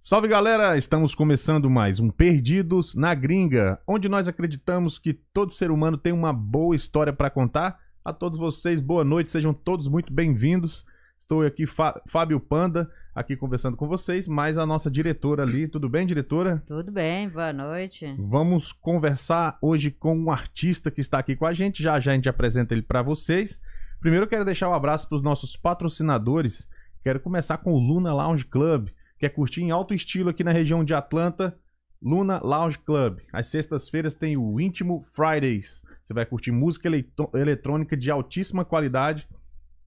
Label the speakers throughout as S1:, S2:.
S1: Salve galera, estamos começando mais um Perdidos na Gringa, onde nós acreditamos que todo ser humano tem uma boa história para contar. A todos vocês, boa noite, sejam todos muito bem-vindos. Estou aqui, Fá- Fábio Panda, aqui conversando com vocês, mais a nossa diretora ali. Tudo bem, diretora?
S2: Tudo bem, boa noite.
S1: Vamos conversar hoje com um artista que está aqui com a gente. Já já a gente apresenta ele para vocês. Primeiro eu quero deixar um abraço para os nossos patrocinadores. Quero começar com o Luna Lounge Club, que é curtir em alto estilo aqui na região de Atlanta. Luna Lounge Club. Às sextas-feiras tem o Íntimo Fridays. Você vai curtir música eleito- eletrônica de altíssima qualidade.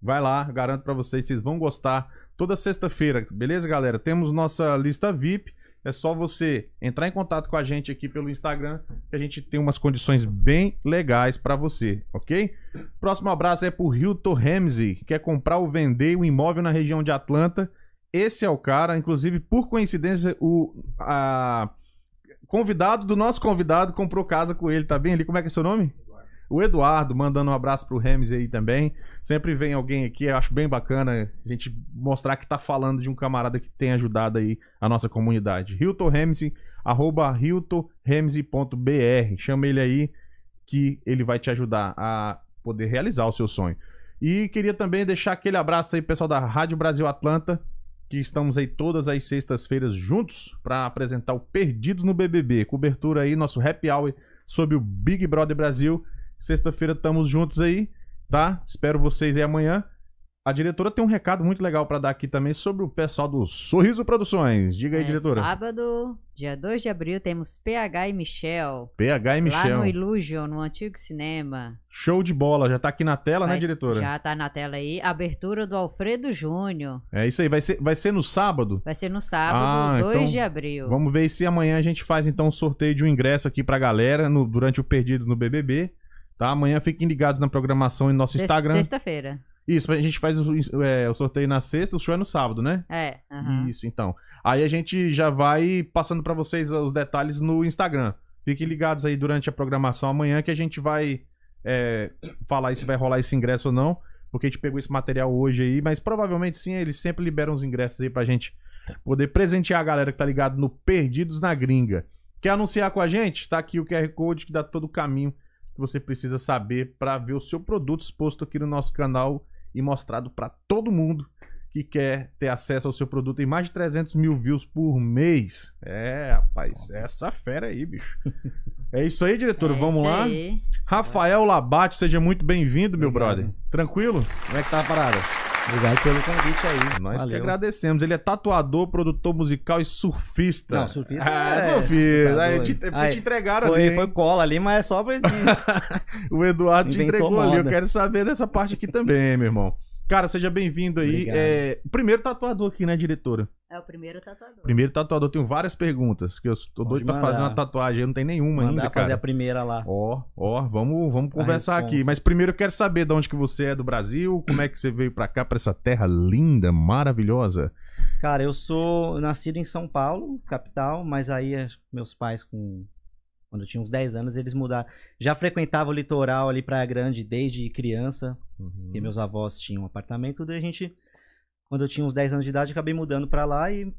S1: Vai lá, garanto para vocês, vocês vão gostar. Toda sexta-feira, beleza, galera? Temos nossa lista VIP. É só você entrar em contato com a gente aqui pelo Instagram, que a gente tem umas condições bem legais para você, ok? Próximo abraço é pro Hilton Ramsey, que quer comprar ou vender um imóvel na região de Atlanta. Esse é o cara, inclusive, por coincidência, o a- convidado do nosso convidado comprou casa com ele, tá bem ali? Como é que é seu nome? O Eduardo, mandando um abraço pro Ramsey aí também. Sempre vem alguém aqui, eu acho bem bacana a gente mostrar que tá falando de um camarada que tem ajudado aí a nossa comunidade. Hilton Ramsey, arroba hiltonramsey.br. Chama ele aí que ele vai te ajudar a poder realizar o seu sonho. E queria também deixar aquele abraço aí, pessoal da Rádio Brasil Atlanta, que estamos aí todas as sextas-feiras juntos para apresentar o Perdidos no BBB. Cobertura aí, nosso happy hour sobre o Big Brother Brasil. Sexta-feira estamos juntos aí, tá? Espero vocês aí amanhã. A diretora tem um recado muito legal para dar aqui também sobre o pessoal do Sorriso Produções. Diga aí,
S2: É,
S1: diretora.
S2: Sábado, dia 2 de abril, temos PH e Michel,
S1: PH e Michel.
S2: lá no Illusion, no antigo cinema.
S1: Show de bola, já tá aqui na tela, né,
S2: Vai-
S1: diretora?
S2: Já tá na tela aí. Abertura do Alfredo Júnior.
S1: É isso aí, vai ser, vai ser no sábado.
S2: Vai ser no sábado,
S1: Ah,
S2: 2
S1: então
S2: de abril.
S1: Vamos ver se amanhã a gente faz então um sorteio de um ingresso aqui pra galera no- durante o Perdidos no BBB. Tá? Amanhã fiquem ligados na programação e no nosso
S2: Sexta-
S1: Instagram.
S2: Sexta-feira.
S1: Isso, a gente faz o, é, o sorteio na sexta, o show é no sábado, né?
S2: É. aham.
S1: Isso, então. Aí a gente já vai passando pra vocês ah, os detalhes no Instagram. Fiquem ligados aí durante a programação amanhã que a gente vai é, falar aí se vai rolar esse ingresso ou não. Porque a gente pegou esse material hoje aí, mas provavelmente sim, eles sempre liberam os ingressos aí pra gente poder presentear a galera que tá ligado no Perdidos na Gringa. Quer anunciar com a gente? Tá aqui o QR Code que dá todo o caminho que você precisa saber pra ver o seu produto exposto aqui no nosso canal e mostrado pra todo mundo que quer ter acesso ao seu produto em mais de 300 mil views por mês. É, rapaz, essa fera aí, bicho. É isso aí, diretor.
S2: É
S1: Vamos
S2: isso
S1: lá?
S2: aí.
S1: Rafael Labate, seja muito bem-vindo, meu
S3: Obrigado.
S1: brother. Tranquilo? Como é que tá a parada?
S3: Obrigado pelo convite aí.
S1: Nós que
S3: Valeu.
S1: agradecemos. Ele é tatuador, produtor musical e surfista.
S3: Não, surfista
S1: Ah,
S3: é-
S1: surfista.
S3: tá
S1: Aí,
S3: doido.
S1: te, te
S3: Aí,
S1: entregaram
S3: Foi,
S1: ali.
S3: foi
S1: hein?
S3: cola ali, mas é só pra
S1: O Eduardo te
S3: Inventou
S1: entregou ali. Eu
S3: moda.
S1: quero saber dessa parte aqui também, meu irmão. Cara, seja bem-vindo aí.
S3: Obrigado.
S1: É, primeiro tatuador aqui, né, diretora?
S2: É o primeiro tatuador.
S1: Primeiro tatuador. Eu tenho várias perguntas, que eu tô
S3: Pode
S1: doido pra
S3: mandar.
S1: fazer uma tatuagem. Eu não tenho nenhuma
S3: mandar
S1: ainda,
S3: fazer a
S1: cara.
S3: primeira lá.
S1: Ó, ó, vamos, vamos conversar aqui.
S3: responsa.
S1: Mas primeiro eu quero saber de onde que você é do Brasil, como é que você veio pra cá, pra essa terra linda, maravilhosa.
S3: Cara, eu sou nascido em São Paulo, capital, mas aí eh, meus pais, com quando eu tinha uns 10 anos, eles mudaram. Já frequentava o litoral ali, Praia Grande, desde criança,
S1: Uhum.
S3: porque meus avós tinham um apartamento, daí a gente, quando eu tinha uns 10 anos de idade, eu acabei mudando pra lá e a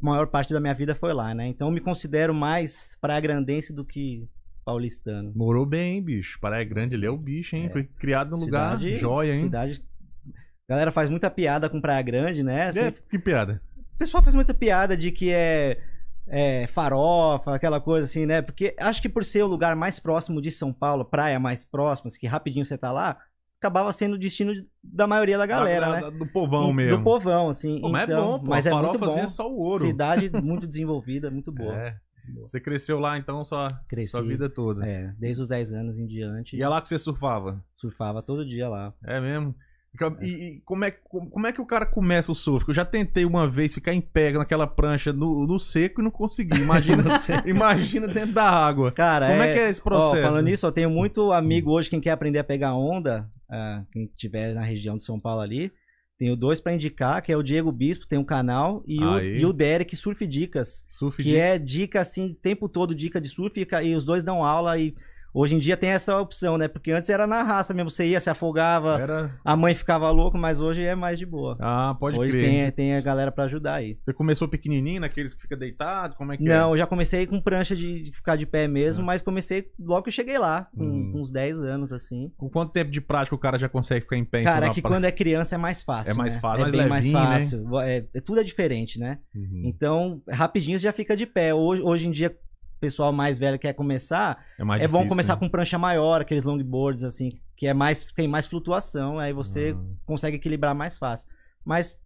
S3: maior parte da minha vida foi lá, né? Então eu me considero mais praia grandense do que paulistano.
S1: Morou bem, hein, bicho. Praia Grande ali é o bicho, hein?
S3: É.
S1: Foi criado num lugar
S3: Cidade-
S1: joia, hein?
S3: Cidade. A galera faz muita piada com Praia Grande, né? Assim,
S1: É, que piada.
S3: O pessoal faz muita piada de que é, é farofa, aquela coisa assim, né? Porque acho que por ser o lugar mais próximo de São Paulo, praia mais próxima, que rapidinho você tá lá, acabava sendo o destino de- da maioria da galera,
S1: Da-
S3: né?
S1: da- Do povão
S3: E-
S1: mesmo.
S3: Do povão, assim.
S1: Pô,
S3: então,
S1: mas é bom, pô.
S3: Mas é muito
S1: farofazinha
S3: bom.
S1: é só o ouro.
S3: Cidade muito desenvolvida, muito boa.
S1: É. Você cresceu lá, então, sua,
S3: Cresci.
S1: sua vida toda.
S3: É, desde os 10 anos em diante,
S1: E é lá que você surfava.
S3: surfava todo dia lá.
S1: É mesmo? E, e como, é, como como é que o cara começa o surf? Eu já tentei uma vez ficar em pé naquela prancha no, no seco e não consegui. Imagina, imagina dentro da água.
S3: Cara,
S1: Como é que é esse
S3: Ó,
S1: processo? Hum.
S3: falando nisso, eu tenho muito amigo hoje, quem quer aprender a pegar onda, ah, quem tiver na região de São Paulo ali, tenho dois pra indicar, que é o Diego Bispo, tem um canal, e, o,
S1: Aí.
S3: e o Derek Surf Dicas, é
S1: Surf
S3: que é dica assim, tempo todo, dica de surf, e ca- e os dois dão aula e Hoje em dia tem essa opção, né? Porque antes era na raça mesmo, você ia, se afogava,
S1: Era...
S3: a mãe ficava louca, mas hoje é mais de boa.
S1: Ah, pode
S3: hoje
S1: crer.
S3: tem, tem a galera pra ajudar aí.
S1: Você começou pequenininho, naqueles que fica deitado, como é que é?
S3: Não, eu já comecei com prancha de, de ficar de pé mesmo,
S1: Ah.
S3: mas comecei logo que eu cheguei lá, com,
S1: Hum.
S3: com uns 10 anos, assim.
S1: Com quanto tempo de prática o cara já consegue ficar em pé em
S3: Cara, é
S1: cima
S3: que
S1: da
S3: quando é criança é mais fácil.
S1: É mais
S3: né?
S1: fácil,
S3: é
S1: mais
S3: bem mais
S1: levinho, né?
S3: fácil. É- é- tudo é diferente, né?
S1: praia? Uhum.
S3: Então, rapidinho você já fica de pé. Hoje, hoje em dia, o pessoal mais velho quer começar,
S1: É, mais
S3: é bom
S1: difícil,
S3: começar
S1: né?
S3: com prancha maior, aqueles longboards, assim, que é mais, tem mais flutuação, aí você
S1: Ah,
S3: consegue equilibrar mais fácil. Mas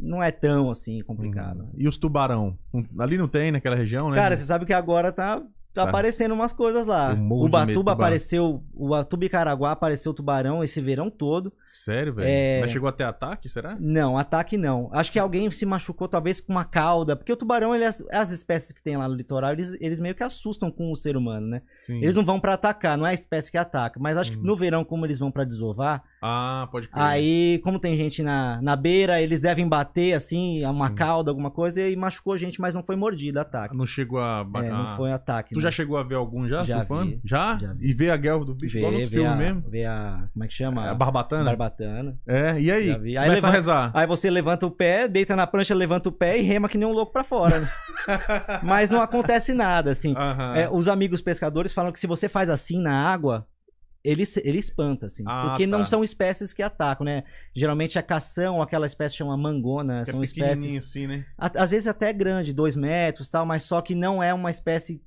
S3: não é tão, assim, complicado.
S1: uhum. E os tubarão? Um- Ali não tem, naquela região, né?
S3: Cara, você sabe que agora tá, tá
S1: Tá.
S3: aparecendo umas coisas lá.
S1: Eu morro de medo de
S3: Ubatuba
S1: tubarão.
S3: apareceu, Ubatuba e Caraguá apareceu tubarão esse verão todo.
S1: Sério, velho?
S3: É.
S1: Mas chegou até ataque, será?
S3: Não, ataque não. Acho que alguém se machucou talvez com uma cauda, porque o tubarão, ele, é as, as espécies que tem lá no litoral, eles, eles meio que assustam com o ser humano, né?
S1: Sim.
S3: Eles não vão pra atacar, não é a espécie que ataca, mas acho
S1: Hum.
S3: que no verão como eles vão pra desovar,
S1: Ah, pode crer.
S3: aí como tem gente na, na beira, eles devem bater assim, uma
S1: Sim.
S3: cauda, alguma coisa e machucou gente, mas não foi mordida ataque.
S1: Não chegou a...
S3: É,
S1: Ah,
S3: não foi ataque.
S1: Tu
S3: né? não.
S1: já chegou a ver algum já,
S3: Já
S1: surfando?
S3: vi.
S1: Já?
S3: Já vi.
S1: E ver a guelra do bicho, igual nos
S3: vê
S1: filmes
S3: a,
S1: mesmo?
S3: vê a- Como é que chama?
S1: A barbatana?
S3: Barbatana.
S1: É, e aí?
S3: Já vi. Aí
S1: Começa a
S3: levanta-
S1: rezar.
S3: Aí você levanta o pé, deita na prancha, levanta o pé e rema que nem um louco pra fora. né? Mas não acontece nada, assim.
S1: Aham.
S3: É, os amigos pescadores falam que se você faz assim na água, ele, se- ele espanta, assim.
S1: Ah,
S3: porque não
S1: tá.
S3: são espécies que atacam, né? Geralmente a cação, aquela espécie chama mangona,
S1: Que é
S3: são
S1: pequenininho
S3: espécies.
S1: assim, né?
S3: a- Às vezes até grande, dois metros tal, mas só que não é uma espécie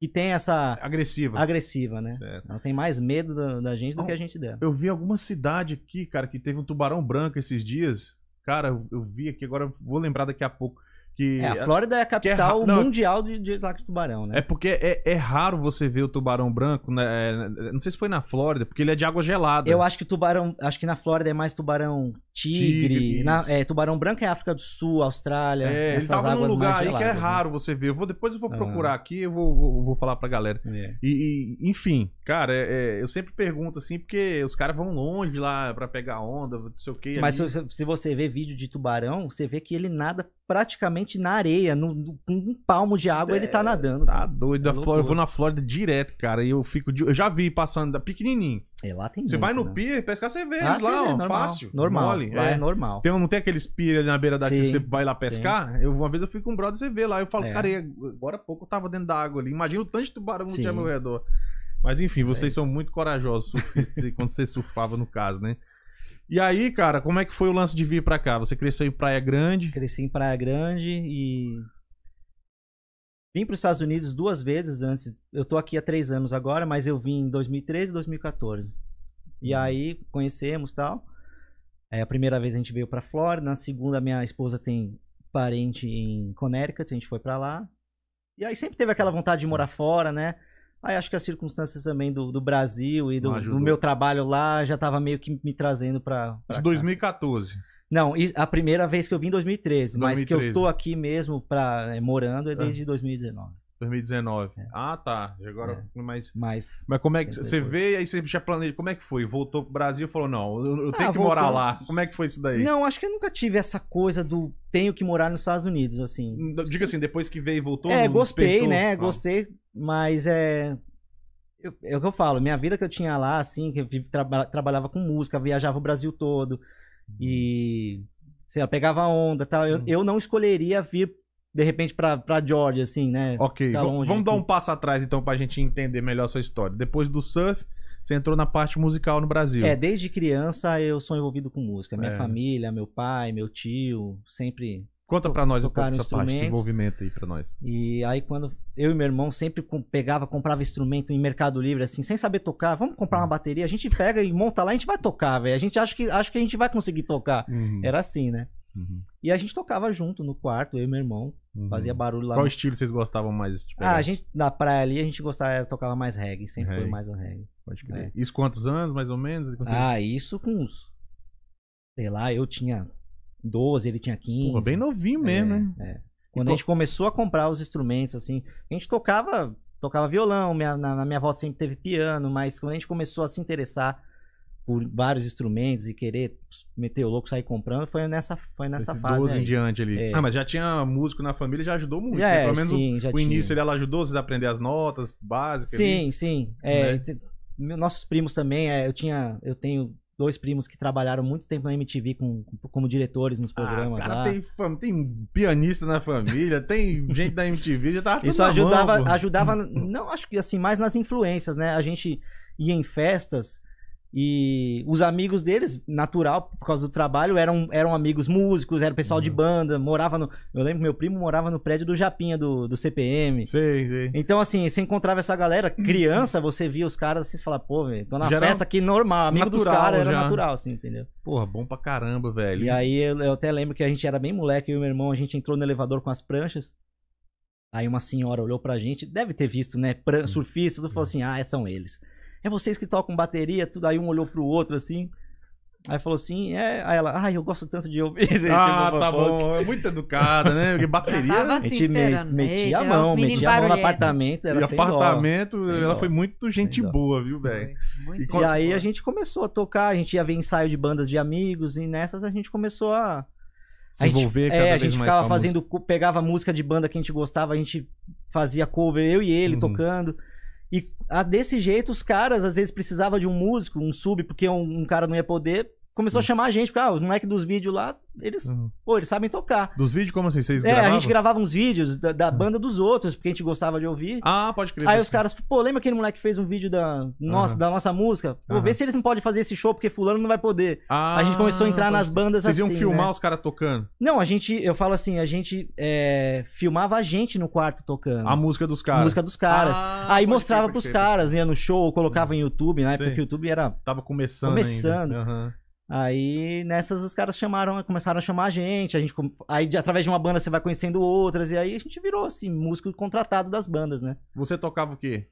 S3: que tem essa
S1: Agressiva.
S3: agressiva, né?
S1: Certo.
S3: Ela tem mais medo da, da gente do
S1: Bom,
S3: que a gente dela.
S1: Eu vi alguma cidade aqui, cara, que teve um tubarão branco esses dias. Cara, eu, eu vi aqui, agora eu vou lembrar daqui a pouco. Que
S3: É, a Flórida é a
S1: que é
S3: capital
S1: ra- não,
S3: mundial de, de lacto-tubarão, né?
S1: É porque é, é raro você ver o tubarão branco, né? É, Não sei se foi na Flórida, porque ele é de água gelada.
S3: Eu acho que tubarão, acho que na Flórida é mais tubarão tigre,
S1: Tigre,
S3: na-
S1: isso.
S3: é, tubarão branco é África do Sul, Austrália,
S1: É, ele
S3: essas
S1: tava num
S3: águas
S1: lugar
S3: mais
S1: aí
S3: geladas.
S1: que é
S3: né?
S1: raro você ver. Eu vou, depois eu vou
S3: Ah.
S1: procurar aqui e vou, vou, vou falar pra galera.
S3: É.
S1: E, e, enfim, cara, é- é, eu sempre pergunto assim, porque os caras vão longe lá pra pegar onda, não sei o que.
S3: Mas se, você- se você vê vídeo de tubarão, você vê que ele nada praticamente na areia, no, no- com um palmo de água ele tá nadando.
S1: Tá doido.
S3: É
S1: a Flórida- eu
S3: loucura.
S1: vou na Flórida direto, cara, e eu fico. de- Eu já vi passando da pequenininho.
S3: É, lá tem
S1: Você
S3: muito,
S1: vai no
S3: né?
S1: pier, pescar, você vê
S3: Ah,
S1: eles
S3: sim, é
S1: lá, ó,
S3: normal,
S1: fácil.
S3: Normal,
S1: mole,
S3: lá
S1: é.
S3: é, normal.
S1: Tem, não tem aqueles pier ali na beira da que
S3: Sim,
S1: você vai lá pescar? Eu, uma vez eu fui com um brother, você vê lá. Eu falo,
S3: É.
S1: cara, e agora há pouco eu tava dentro da água ali. Imagina o tanto de tubarão que
S3: Sim. É
S1: tinha ao meu redor. Mas enfim, vocês
S3: isso.
S1: são muito corajosos surfistas, quando você surfava no caso, né? E aí, cara, como é que foi o lance de vir pra cá? Você cresceu em Praia Grande?
S3: Cresci em Praia Grande e vim para os Estados Unidos duas vezes antes. Eu tô aqui há três anos agora, mas eu vim em 2013 e 2014.
S1: Uhum.
S3: E aí conhecemos tal. É, a primeira vez a gente veio para Flórida, na segunda minha esposa tem parente em Connecticut, a gente foi para lá. E aí sempre teve aquela vontade de morar fora, né? Aí acho que as circunstâncias também do, do Brasil e do,
S1: Não ajudou.
S3: do meu trabalho lá já tava meio que me trazendo para
S1: Isso 2014.
S3: não, e a primeira vez que eu vim em 2013, mas que
S1: 2013.
S3: eu tô aqui mesmo pra, eh, morando
S1: Ah.
S3: é desde 2019.
S1: 2019.
S3: É.
S1: Ah, tá. E Agora, mas.
S3: Mas.
S1: Mas como é que
S3: Tempo
S1: você
S3: depois.
S1: vê aí você já planeja? Como é que foi? Voltou pro Brasil e falou: não, eu, eu tenho
S3: Ah,
S1: que morar
S3: voltou.
S1: lá. Como é que foi isso daí?
S3: Não, acho que eu nunca tive essa coisa do tenho que morar nos Estados Unidos, assim.
S1: Diga assim, depois que veio e voltou.
S3: é,
S1: não
S3: gostei,
S1: despertou?
S3: né?
S1: Ah,
S3: Gostei, mas é. eu- é o que eu falo, minha vida que eu tinha lá, assim, que eu vive- traba- trabalhava com música, viajava o Brasil todo e. sei lá, pegava onda e tal. Eu,
S1: Hum.
S3: eu não escolheria vir, de repente, pra, pra Georgia, assim, né?
S1: Ok,
S3: Tá
S1: vam-
S3: longe
S1: vamos
S3: aqui.
S1: dar um passo atrás então pra gente entender melhor a sua história. Depois do surf, você entrou na parte musical no Brasil.
S3: É, desde criança eu sou envolvido com música. Minha
S1: É.
S3: família, meu pai, meu tio, sempre.
S1: Conta pra nós um pouco
S3: tocar
S1: dessa parte, esse
S3: instrumentos.
S1: envolvimento aí pra nós.
S3: E aí quando eu e meu irmão sempre com- pegava, comprava instrumento em Mercado Livre, assim, sem saber tocar. Vamos comprar uma bateria, a gente pega e monta lá, a gente vai tocar, velho. A gente acha que, acha que a gente vai conseguir tocar.
S1: Hum.
S3: Era assim, né?
S1: Uhum.
S3: E a gente tocava junto no quarto, eu e meu irmão.
S1: Uhum.
S3: Fazia barulho lá.
S1: Qual
S3: no-
S1: estilo vocês gostavam mais de tipo,
S3: Ah,
S1: pegar?
S3: a gente, na praia ali, a gente gostava, tocava mais reggae, sempre
S1: Reggae.
S3: foi mais o reggae. É.
S1: Pode crer. Isso quantos anos, mais ou menos? Quando vocês-
S3: Ah, isso com uns. Sei lá, eu tinha 12, ele tinha 15.
S1: Porra, bem novinho mesmo,
S3: É,
S1: né?
S3: é. Quando
S1: to-
S3: a gente começou a comprar os instrumentos, assim, a gente tocava, tocava violão, minha- na, na minha volta sempre teve piano, mas quando a gente começou a se interessar por vários instrumentos e querer meter o louco, sair comprando, foi nessa, foi nessa
S1: Esse
S3: fase.
S1: 12 em
S3: aí.
S1: diante ali.
S3: É.
S1: Ah, mas já tinha músico na família e já ajudou muito.
S3: É,
S1: né? Pelo menos o-
S3: sim, já
S1: o
S3: tinha.
S1: início ele, ela ajudou vocês a aprender as notas básicas. ali.
S3: Sim, sim. É,
S1: Né?
S3: te- meu- Nossos primos também, é, eu tinha, eu tenho dois primos que trabalharam muito tempo na MTV com, com- como diretores nos
S1: Ah, o
S3: programas
S1: cara
S3: lá.
S1: tem, fam- tem um pianista na família, tem gente da MTV, já tava Tá tudo
S3: Isso
S1: na
S3: ajudava,
S1: mão, pô.
S3: ajudava, não acho que assim, mais nas influências, né? A gente ia em festas e os amigos deles, natural, por causa do trabalho, eram, eram amigos músicos, era pessoal de
S1: Uhum.
S3: banda, morava no. Eu lembro que meu primo morava no prédio do Japinha, do, do CPM.
S1: Sei, sei.
S3: Então, assim, você encontrava essa galera, criança, você via os caras assim, você fala, pô, velho, tô na
S1: Já era
S3: festa aqui normal, amigo dos
S1: natural
S3: caras era
S1: já.
S3: natural, assim, entendeu?
S1: Porra, bom pra caramba, velho. Ah,
S3: E aí eu, eu até lembro que a gente era bem moleque, eu e meu irmão, a gente entrou no elevador com as pranchas. Aí uma senhora olhou pra gente, deve ter visto, né?
S1: Hum.
S3: Pran surfista, tudo falou assim: ah, são eles. É vocês que tocam bateria, tudo. Aí um olhou pro outro assim. Aí falou assim: é. Aí ela, ai, eu gosto tanto de ouvir. esse
S1: Ah,
S3: tipo,
S1: tá
S3: pô,
S1: bom. É muito educada, né? Porque
S2: Já
S1: bateria.
S2: tava
S3: A
S2: assim
S3: gente
S2: esperando.
S3: metia
S2: Eita,
S3: a
S2: os
S3: mão,
S2: meninos
S3: metia a mão no
S2: barulhentos.
S3: apartamento, era
S1: E
S3: sem dó.
S1: apartamento,
S3: Sem
S1: ela
S3: dó.
S1: foi muito gente
S3: dó.
S1: boa, viu, velho?
S2: Foi muito
S1: E
S2: bom.
S1: Qual-
S3: E aí a gente começou a tocar, a gente ia ver ensaio de bandas de amigos, e nessas a gente começou a.
S1: Se envolver
S3: a gente,
S1: cada
S3: é, a
S1: vez
S3: gente
S1: mais
S3: ficava
S1: com a
S3: fazendo, co- pegava música de banda que a gente gostava, a gente fazia cover, eu e ele
S1: Uhum.
S3: tocando. E ah, desse jeito, os caras às vezes precisava de um músico, um sub, porque um, um cara não ia poder. Começou
S1: Uhum.
S3: a chamar a gente, porque ah, os moleques dos vídeos lá, eles,
S1: Hum.
S3: pô, eles sabem tocar.
S1: Dos vídeos, como assim? Vocês
S3: É,
S1: gravavam? Uhum.
S3: a gente gravava uns vídeos da, da banda dos outros, porque a gente gostava de ouvir.
S1: Ah, pode crer.
S3: Aí
S1: pode
S3: os caras, pô, lembra aquele moleque que fez um vídeo da nossa,
S1: Aham.
S3: da nossa música? Pô,
S1: Aham.
S3: vê se eles não podem fazer esse show, porque fulano não vai poder.
S1: crer. Ah,
S3: a gente começou a entrar nas
S1: pode-
S3: bandas
S1: Vocês
S3: assim,
S1: iam filmar
S3: né?
S1: os caras tocando?
S3: Não, a gente, eu falo assim, a gente é, filmava a gente no quarto tocando.
S1: A música dos
S3: A
S1: caras.
S3: música dos caras.
S1: Ah,
S3: Aí
S1: pode
S3: mostrava
S1: crer,
S3: pros
S1: pode crer.
S3: caras, ia no show, ou colocava em YouTube, na época
S1: Uhum. Sim.
S3: que o YouTube era...
S1: Tava começando
S3: Começando.
S1: ainda. Aham.
S3: Aí, nessas, os caras chamaram, começaram a chamar a gente, a gente... com- Aí, de- através de uma banda, você vai conhecendo outras, e aí a gente virou, assim, músico contratado das bandas, né?
S1: Você tocava o quê?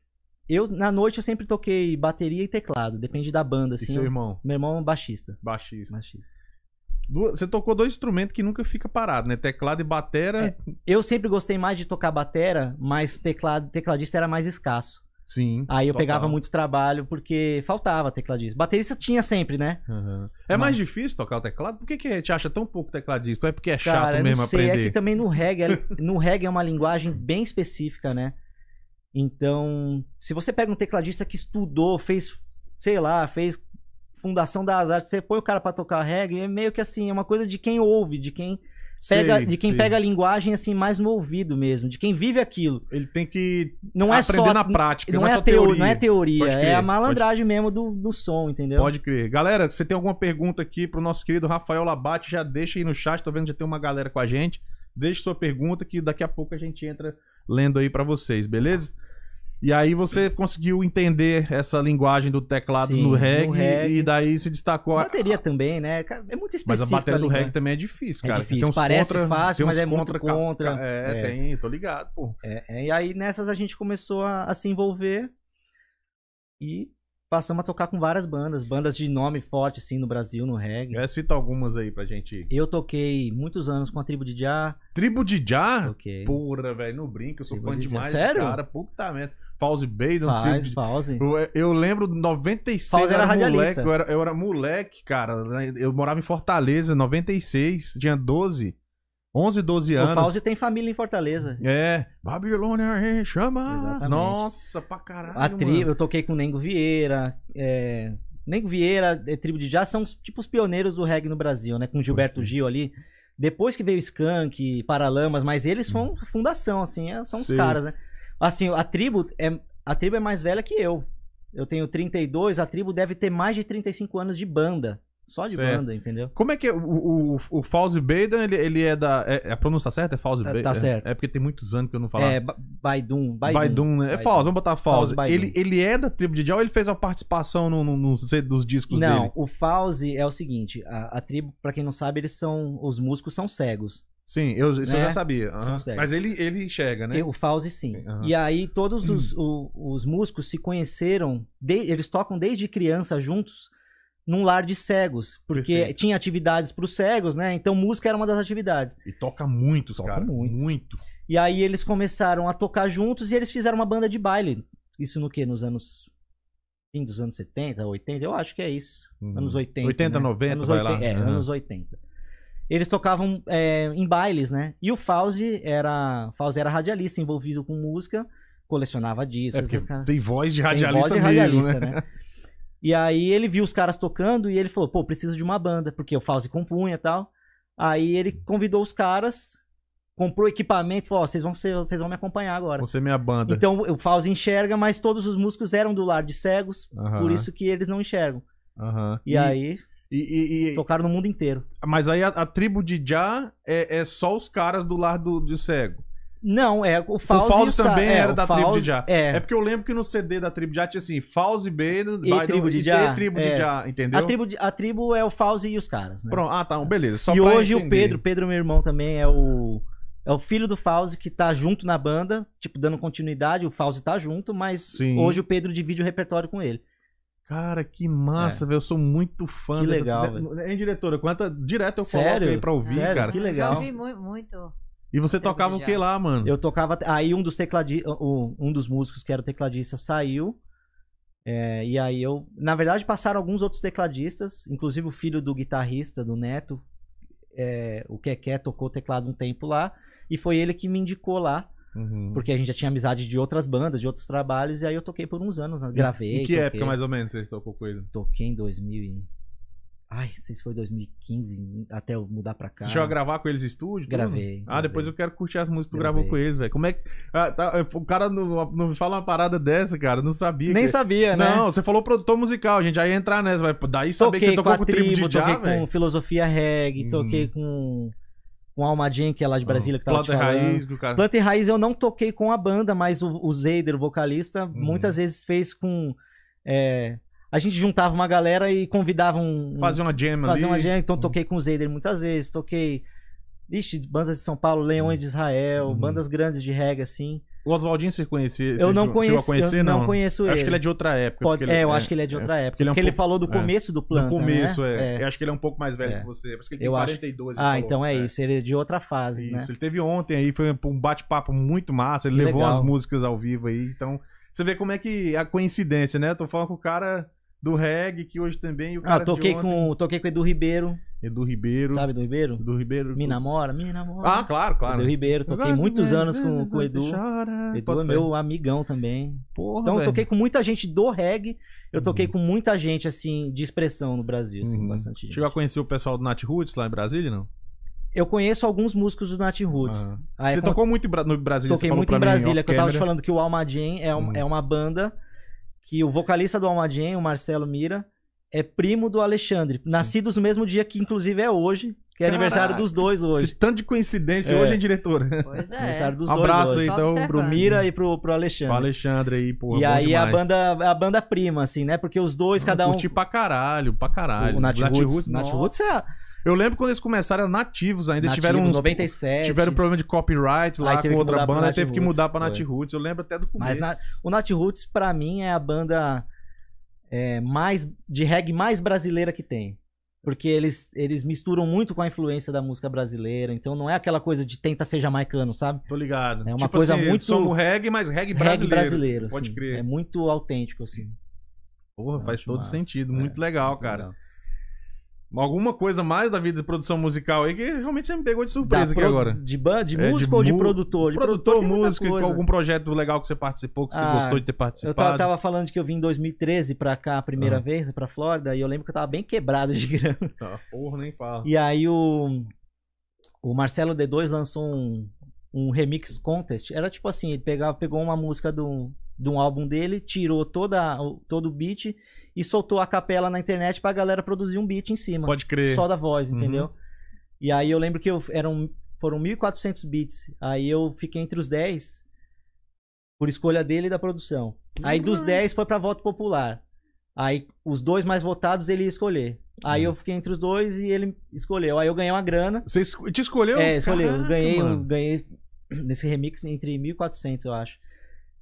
S3: Eu, na noite, eu sempre toquei bateria e teclado, depende da
S1: E
S3: banda, assim.
S1: seu
S3: eu-
S1: irmão?
S3: Meu irmão é um baixista.
S1: Baixista.
S3: baixista.
S1: Du- Você tocou dois instrumentos que nunca fica parado, né? Teclado e batera.
S3: É. Eu sempre gostei mais de tocar batera, mas teclado, tecladista era mais escasso.
S1: Sim.
S3: Aí eu
S1: total.
S3: pegava muito trabalho porque faltava tecladista. Baterista tinha sempre, né?
S1: Aham. É mais difícil tocar o teclado? Por que, que te acha tão pouco tecladista? Ou é porque é chato
S3: Cara, eu
S1: mesmo
S3: não sei, é
S1: aprender?
S3: que também no reggae, no reggae é uma linguagem bem específica, né? Então, se você pega um tecladista que estudou, fez, sei lá, fez Fundação das Artes, você põe o cara pra tocar reggae, é meio que assim, é uma coisa de quem ouve, de quem pega,
S1: Sei,
S3: de quem
S1: sei.
S3: pega a linguagem assim mais no ouvido mesmo, de quem vive aquilo.
S1: Ele tem que
S3: Não é
S1: aprender
S3: só.
S1: na prática, não,
S3: não, é
S1: só
S3: a teo-
S1: teoria.
S3: não é teoria,
S1: Pode crer,
S3: é a malandragem mesmo do, do som, entendeu?
S1: Pode crer. Galera, se você tem alguma pergunta aqui pro nosso querido Rafael Labate, já deixa aí no chat. Tô vendo que já tem uma galera com a gente. Deixe sua pergunta que daqui a pouco a gente entra lendo aí pra vocês, beleza? E aí você conseguiu entender essa linguagem do teclado
S3: Sim,
S1: no,
S3: no
S1: reggae,
S3: reggae.
S1: e daí se destacou. a-
S3: Bateria também, né? Cara, É muito específico.
S1: Mas a bateria do
S3: ali,
S1: reggae
S3: né?
S1: também é difícil,
S3: É
S1: cara.
S3: difícil.
S1: Tem uns
S3: Parece
S1: contra-
S3: fácil,
S1: tem
S3: mas
S1: uns
S3: é muito
S1: ca-
S3: contra.
S1: ca- É,
S3: É.
S1: tem, tô ligado, pô.
S3: É, é, e aí nessas a gente começou a, a se envolver e passamos a tocar com várias bandas, bandas de nome forte, assim, no Brasil, no reggae.
S1: É, cita algumas aí pra gente.
S3: Eu toquei muitos anos com a tribo de Já.
S1: Tribo de Jah?
S3: Toquei.
S1: Porra, velho, não brinca, eu sou
S3: Tribo
S1: fã
S3: de Jah.
S1: demais.
S3: Sério?
S1: desse Cara, puta merda. Pause Baden, Tribo
S3: Faz,
S1: de
S3: pause.
S1: Eu- Eu lembro, 96,
S3: Fauzi
S1: eu
S3: era
S1: era moleque,
S3: radialista.
S1: eu era, eu era moleque, cara. né, Eu morava em Fortaleza, 96, tinha 12, 11, 12
S3: O
S1: anos.
S3: Fauzi tem família em Fortaleza.
S1: É, Babilônia hein, chama.
S3: Exatamente.
S1: Nossa, pra caralho,
S3: A tribo,
S1: mano.
S3: eu toquei com Nengo Vieira. É... Nengo Vieira, é, tribo de jazz, são os, tipo os pioneiros do reggae no Brasil, né? Com Gilberto Gil ali. Depois que veio Skank, Paralamas, mas eles foram a fundação, assim, é, são os
S1: Hum. Sim.
S3: caras, né? Assim, a tribo é a tribo é mais velha que eu. Eu tenho 32, a tribo deve ter mais de 35 anos de banda. Só de
S1: Certo.
S3: banda, entendeu?
S1: Como é que é? O, o, o Fauzi Baden, ele, ele é da... É, a pronúncia tá certa? É Fauzi
S3: Tá-
S1: Baden?
S3: tá
S1: É-
S3: certo.
S1: É, porque tem muitos anos que eu não falava.
S3: É, Ba- Baidum, Baidum.
S1: Baidum, né? É
S3: Baidum.
S1: Fauzi, vamos botar Fauzi.
S3: Fauzi Baidum.
S1: Ele, ele é da tribo de Jah ou ele fez uma participação no, no- nos, dos discos
S3: não,
S1: dele?
S3: o Fauzi é o seguinte, a, a tribo, pra quem não sabe, eles são, os músicos são cegos.
S1: Sim, eu, isso eu
S3: Né?
S1: já sabia.
S3: São
S1: aham.
S3: sérios.
S1: Mas ele, ele enxerga, né?
S3: Eu, o Fauzi, sim.
S1: Sim, aham.
S3: E aí todos os, o- os músicos se conheceram, de- eles tocam desde criança juntos num lar de cegos, porque
S1: Perfeito.
S3: tinha atividades para os cegos, né? Então música era uma das atividades.
S1: E toca muito, os
S3: Toca
S1: cara.
S3: muito.
S1: muito.
S3: E aí eles começaram a tocar juntos e eles fizeram uma banda de baile. Isso no que? Nos anos fim dos anos 70, 80, eu acho que é isso.
S1: Uhum.
S3: Anos 80.
S1: 80,
S3: né?
S1: 90,
S3: anos
S1: vai lá.
S3: É,
S1: Uhum.
S3: anos 80. Eles tocavam é, em bailes, né? E o Fauzi era, Fauzi era radialista, envolvido com música, colecionava discos.
S1: É porque
S3: né, cara?
S1: tem voz de
S3: Tem
S1: radialista
S3: voz de
S1: mesmo,
S3: radialista,
S1: né?
S3: né? E aí ele viu os caras tocando e ele falou, pô, preciso de uma banda, porque o Fauzi compunha e tal. Aí ele convidou os caras, comprou equipamento, falou, ó, vocês vão, ser- vocês vão me acompanhar agora.
S1: Você é minha banda.
S3: Então o Fauzi enxerga, mas todos os músicos eram do lar de cegos,
S1: Aham,
S3: Então, por isso que eles não enxergam.
S1: aham.
S3: E, aí
S1: e- e- e-
S3: tocaram no mundo inteiro.
S1: mas aí a, a tribo de Já é, é só os caras do lar do, de cego.
S3: Não, é o Fauzi.
S1: Fauzi
S3: e os
S1: também
S3: ca- é,
S1: era
S3: o
S1: da tribo de
S3: Fauzi-
S1: Já. É.
S3: É.
S1: porque eu lembro que no CD da tribo de Já tinha assim, Fauzi B,
S3: E tribo de Já,
S1: E tribo de
S3: é.
S1: Já, entendeu?
S3: A tribo, de- a tribo é o Fauzi e os caras, né?
S1: Pronto, ah, tá, beleza. Só
S3: e
S1: pra
S3: hoje o
S1: entender.
S3: Pedro, Pedro, meu irmão, também é o. É o filho do Fauzi que tá junto na banda, tipo, dando continuidade. O Fauzi tá junto, mas
S1: Sim.
S3: hoje o Pedro divide o repertório com ele.
S1: Cara, que massa, velho. Eu sou muito fã
S3: É. Que
S1: dessa-
S3: legal,
S1: Hein, diretora? Quanta direto eu
S3: Sério?
S1: coloco aí pra ouvir,
S3: Sério?
S1: cara.
S3: Que
S2: Eu
S3: legal.
S2: Já ouvi mu- muito.
S1: E você
S2: Pedro
S1: tocava o
S2: de
S1: que
S2: Já.
S1: lá, mano?
S3: Eu tocava. Aí um dos tecladistas. Um dos músicos que era o tecladista saiu. É, e aí eu. Na verdade, passaram alguns outros tecladistas, inclusive o filho do guitarrista, do Neto. é, o Keké tocou teclado um tempo lá. E foi ele que me indicou lá.
S1: Uhum.
S3: Porque a gente já tinha amizade de outras bandas, de outros trabalhos. E aí eu toquei por uns anos. né? Gravei.
S1: Em que
S3: toquei,
S1: época, mais ou menos, você tocou com ele?
S3: Toquei em 2000. e- Ai, não sei se foi 2015, até eu mudar pra
S1: Você
S3: cá.
S1: chegou a gravar com eles em estúdio? tudo?
S3: Gravei,
S1: Ah, depois
S3: gravei.
S1: eu quero curtir as músicas que tu
S3: Gravei.
S1: gravou com eles, velho. Como é que. Ah, tá, eu- o cara não, não me fala uma parada dessa, cara. eu Não sabia.
S3: Nem
S1: que...
S3: sabia, né?
S1: Não, você falou produtor musical, gente. Aí ia entrar nessa, vai. Daí saber que
S3: toquei
S1: você
S3: com
S1: tocou
S3: a
S1: com o
S3: tribo,
S1: tribo de
S3: toquei
S1: já,
S3: com
S1: velho.
S3: filosofia reggae,
S1: Uhum.
S3: toquei com, com Alma Jean, que é lá de Brasília, que tava
S1: Planta
S3: te falando.
S1: raiz, né? que o cara.
S3: Planta e Raiz eu não toquei com a banda, mas o, o Zeider, o vocalista,
S1: Uhum.
S3: muitas vezes fez com... é, a gente juntava uma galera e convidava um... um-
S1: Fazer uma jam
S3: fazer
S1: ali.
S3: uma jam, então
S1: Uhum.
S3: toquei com o Zeider muitas vezes, toquei... Ixi, bandas de São Paulo, Leões de Israel,
S1: Uhum.
S3: bandas grandes de reggae, assim.
S1: O Oswaldinho você conhecia?
S3: eu
S1: você
S3: não
S1: chegou a
S3: conheço,
S1: conhecer,
S3: eu
S1: não?
S3: não, conheço
S1: Eu
S3: ele.
S1: acho que ele é de outra época.
S3: Pode-
S1: porque
S3: é, eu acho que ele é de outra época.
S1: ele
S3: Porque
S1: é
S3: ele,
S1: um pouco-
S3: falou do
S1: é.
S3: começo do
S1: No
S3: plano.
S1: começo,
S3: né?
S1: é. Eu acho que ele é um pouco mais velho
S3: É.
S1: que você. Por isso que ele tem
S3: Eu acho-
S1: 42. ele
S3: Ah,
S1: falou. né?
S3: então é, isso, ele é de outra fase,
S1: Isso,
S3: né?
S1: ele teve ontem aí, foi um bate-papo muito massa, ele
S3: Que
S1: levou
S3: legal.
S1: as músicas ao vivo aí, então você vê como é que a coincidência, né? Eu tô falando com o cara do reggae que hoje também, e o
S3: Ah,
S1: cara de
S3: toquei
S1: ontem,
S3: com, toquei com o Edu Ribeiro,
S1: Edu Ribeiro,
S3: sabe do Ribeiro?
S1: Edu Ribeiro.
S3: Me namora, me namora.
S1: Ah, claro, claro.
S3: Edu Ribeiro,
S1: Eu
S3: toquei
S1: gosto
S3: muitos
S1: de-
S3: anos com, com o
S1: Você
S3: Edu.
S1: chora.
S3: Edu
S1: Pode
S3: é
S1: ser.
S3: meu amigão também.
S1: Porra,
S3: Então eu
S1: velho.
S3: toquei com muita gente do reggae, eu
S1: Uhum.
S3: toquei com muita gente, assim, de expressão no Brasil, assim,
S1: Uhum.
S3: bastante gente.
S1: Chegou a conhecer o pessoal do Nat Roots lá em Brasília, não?
S3: Eu conheço alguns músicos do Nat Roots.
S1: Ah.
S3: Aí é
S1: você
S3: quando-
S1: tocou muito em Bra- no Brasil,
S3: toquei muito em Brasília, que eu tava te falando que o Almadien é, um-
S1: Hum.
S3: é uma banda que o vocalista do Almadien, o Marcelo Mira, é primo do Alexandre. Nascidos no mesmo dia que, inclusive, é hoje, que é
S1: Caraca.
S3: aniversário dos dois hoje.
S1: De tanto de coincidência
S3: É.
S1: hoje, hein, diretora?
S2: Pois é.
S3: Aniversário dos
S1: Abraço aí,
S3: dois hoje.
S2: Só
S1: então,
S2: observando.
S1: pro
S3: Pro Mira e pro, pro Alexandre.
S1: Pro Alexandre aí, porra.
S3: e
S1: bom
S3: aí a
S1: demais.
S3: banda, a banda prima, assim, né? Porque os dois, cada um.
S1: Curti pra caralho, pra caralho.
S3: o Nat Roots.
S1: Roots,
S3: Nat
S1: nossa.
S3: Roots é
S1: Eu lembro quando eles começaram, eram nativos ainda. eles
S3: nativos,
S1: tiveram uns.
S3: 97.
S1: Tiveram problema de copyright
S3: Aí
S1: lá com
S3: teve que
S1: outra
S3: mudar pro
S1: banda, aí
S3: Nat
S1: teve que
S3: Roots,
S1: mudar pra
S3: foi.
S1: Nat Roots. Eu lembro até do começo.
S3: Mas na- o Nat Roots, pra mim, é a banda é, mais de reggae mais brasileira que tem. Porque eles, eles misturam muito com a influência da música brasileira. Então não é aquela coisa de tenta ser jamaicano, sabe?
S1: Tô ligado.
S3: É uma coisa muito-
S1: Somos reggae, mas reggae brasileiro.
S3: reggae brasileiro.
S1: Pode
S3: assim.
S1: crer.
S3: É muito autêntico, assim.
S1: Porra,
S3: É
S1: faz
S3: muito
S1: todo
S3: massa.
S1: sentido.
S3: É,
S1: Muito legal,
S3: muito
S1: cara.
S3: legal.
S1: Alguma coisa mais da vida de produção musical aí que realmente você me pegou de
S3: Da
S1: surpresa aqui
S3: produ-
S1: agora.
S3: De, ban- de
S1: É, de
S3: músico ou de
S1: mu-
S3: produtor? De
S1: produtor,
S3: tem muita
S1: músico,
S3: coisa.
S1: algum projeto legal que você participou, que você
S3: Ah,
S1: gostou de ter
S3: Eu
S1: participado.
S3: tava, tava falando que eu vim em 2013 pra cá a primeira
S1: Ah.
S3: vez, né, pra Flórida, e eu lembro que eu tava bem quebrado de grana.
S1: Tá, Porra, nem fala.
S3: E aí o, o Marcelo D2 lançou um, um remix contest. Era tipo assim, ele pegava, pegou uma música do, de um álbum dele, tirou toda, o- todo o beat e soltou a capela na internet pra galera produzir um beat em cima.
S1: Pode crer.
S3: Só da voz,
S1: Uhum.
S3: entendeu? E aí eu lembro que eu, eram, foram 1.400 beats. Aí eu fiquei entre os 10 por escolha dele e da produção. Aí
S1: Uhum.
S3: dos 10 foi pra voto popular. Aí os dois mais votados ele ia escolher. Aí
S1: Uhum.
S3: eu fiquei entre os dois e ele escolheu. Aí eu ganhei uma grana.
S1: Você esco- te escolheu?
S3: é, escolheu.
S1: Caraca,
S3: ganhei, um-
S1: mano.
S3: ganhei nesse remix entre 1.400, eu acho.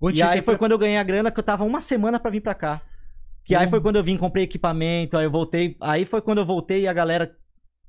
S1: Onde
S3: e
S1: você
S3: aí
S1: quer
S3: foi quando eu ganhei a grana que eu tava uma semana pra vir pra cá. Que aí
S1: Hum.
S3: foi quando eu vim, comprei equipamento, aí eu voltei. Aí foi quando eu voltei e a galera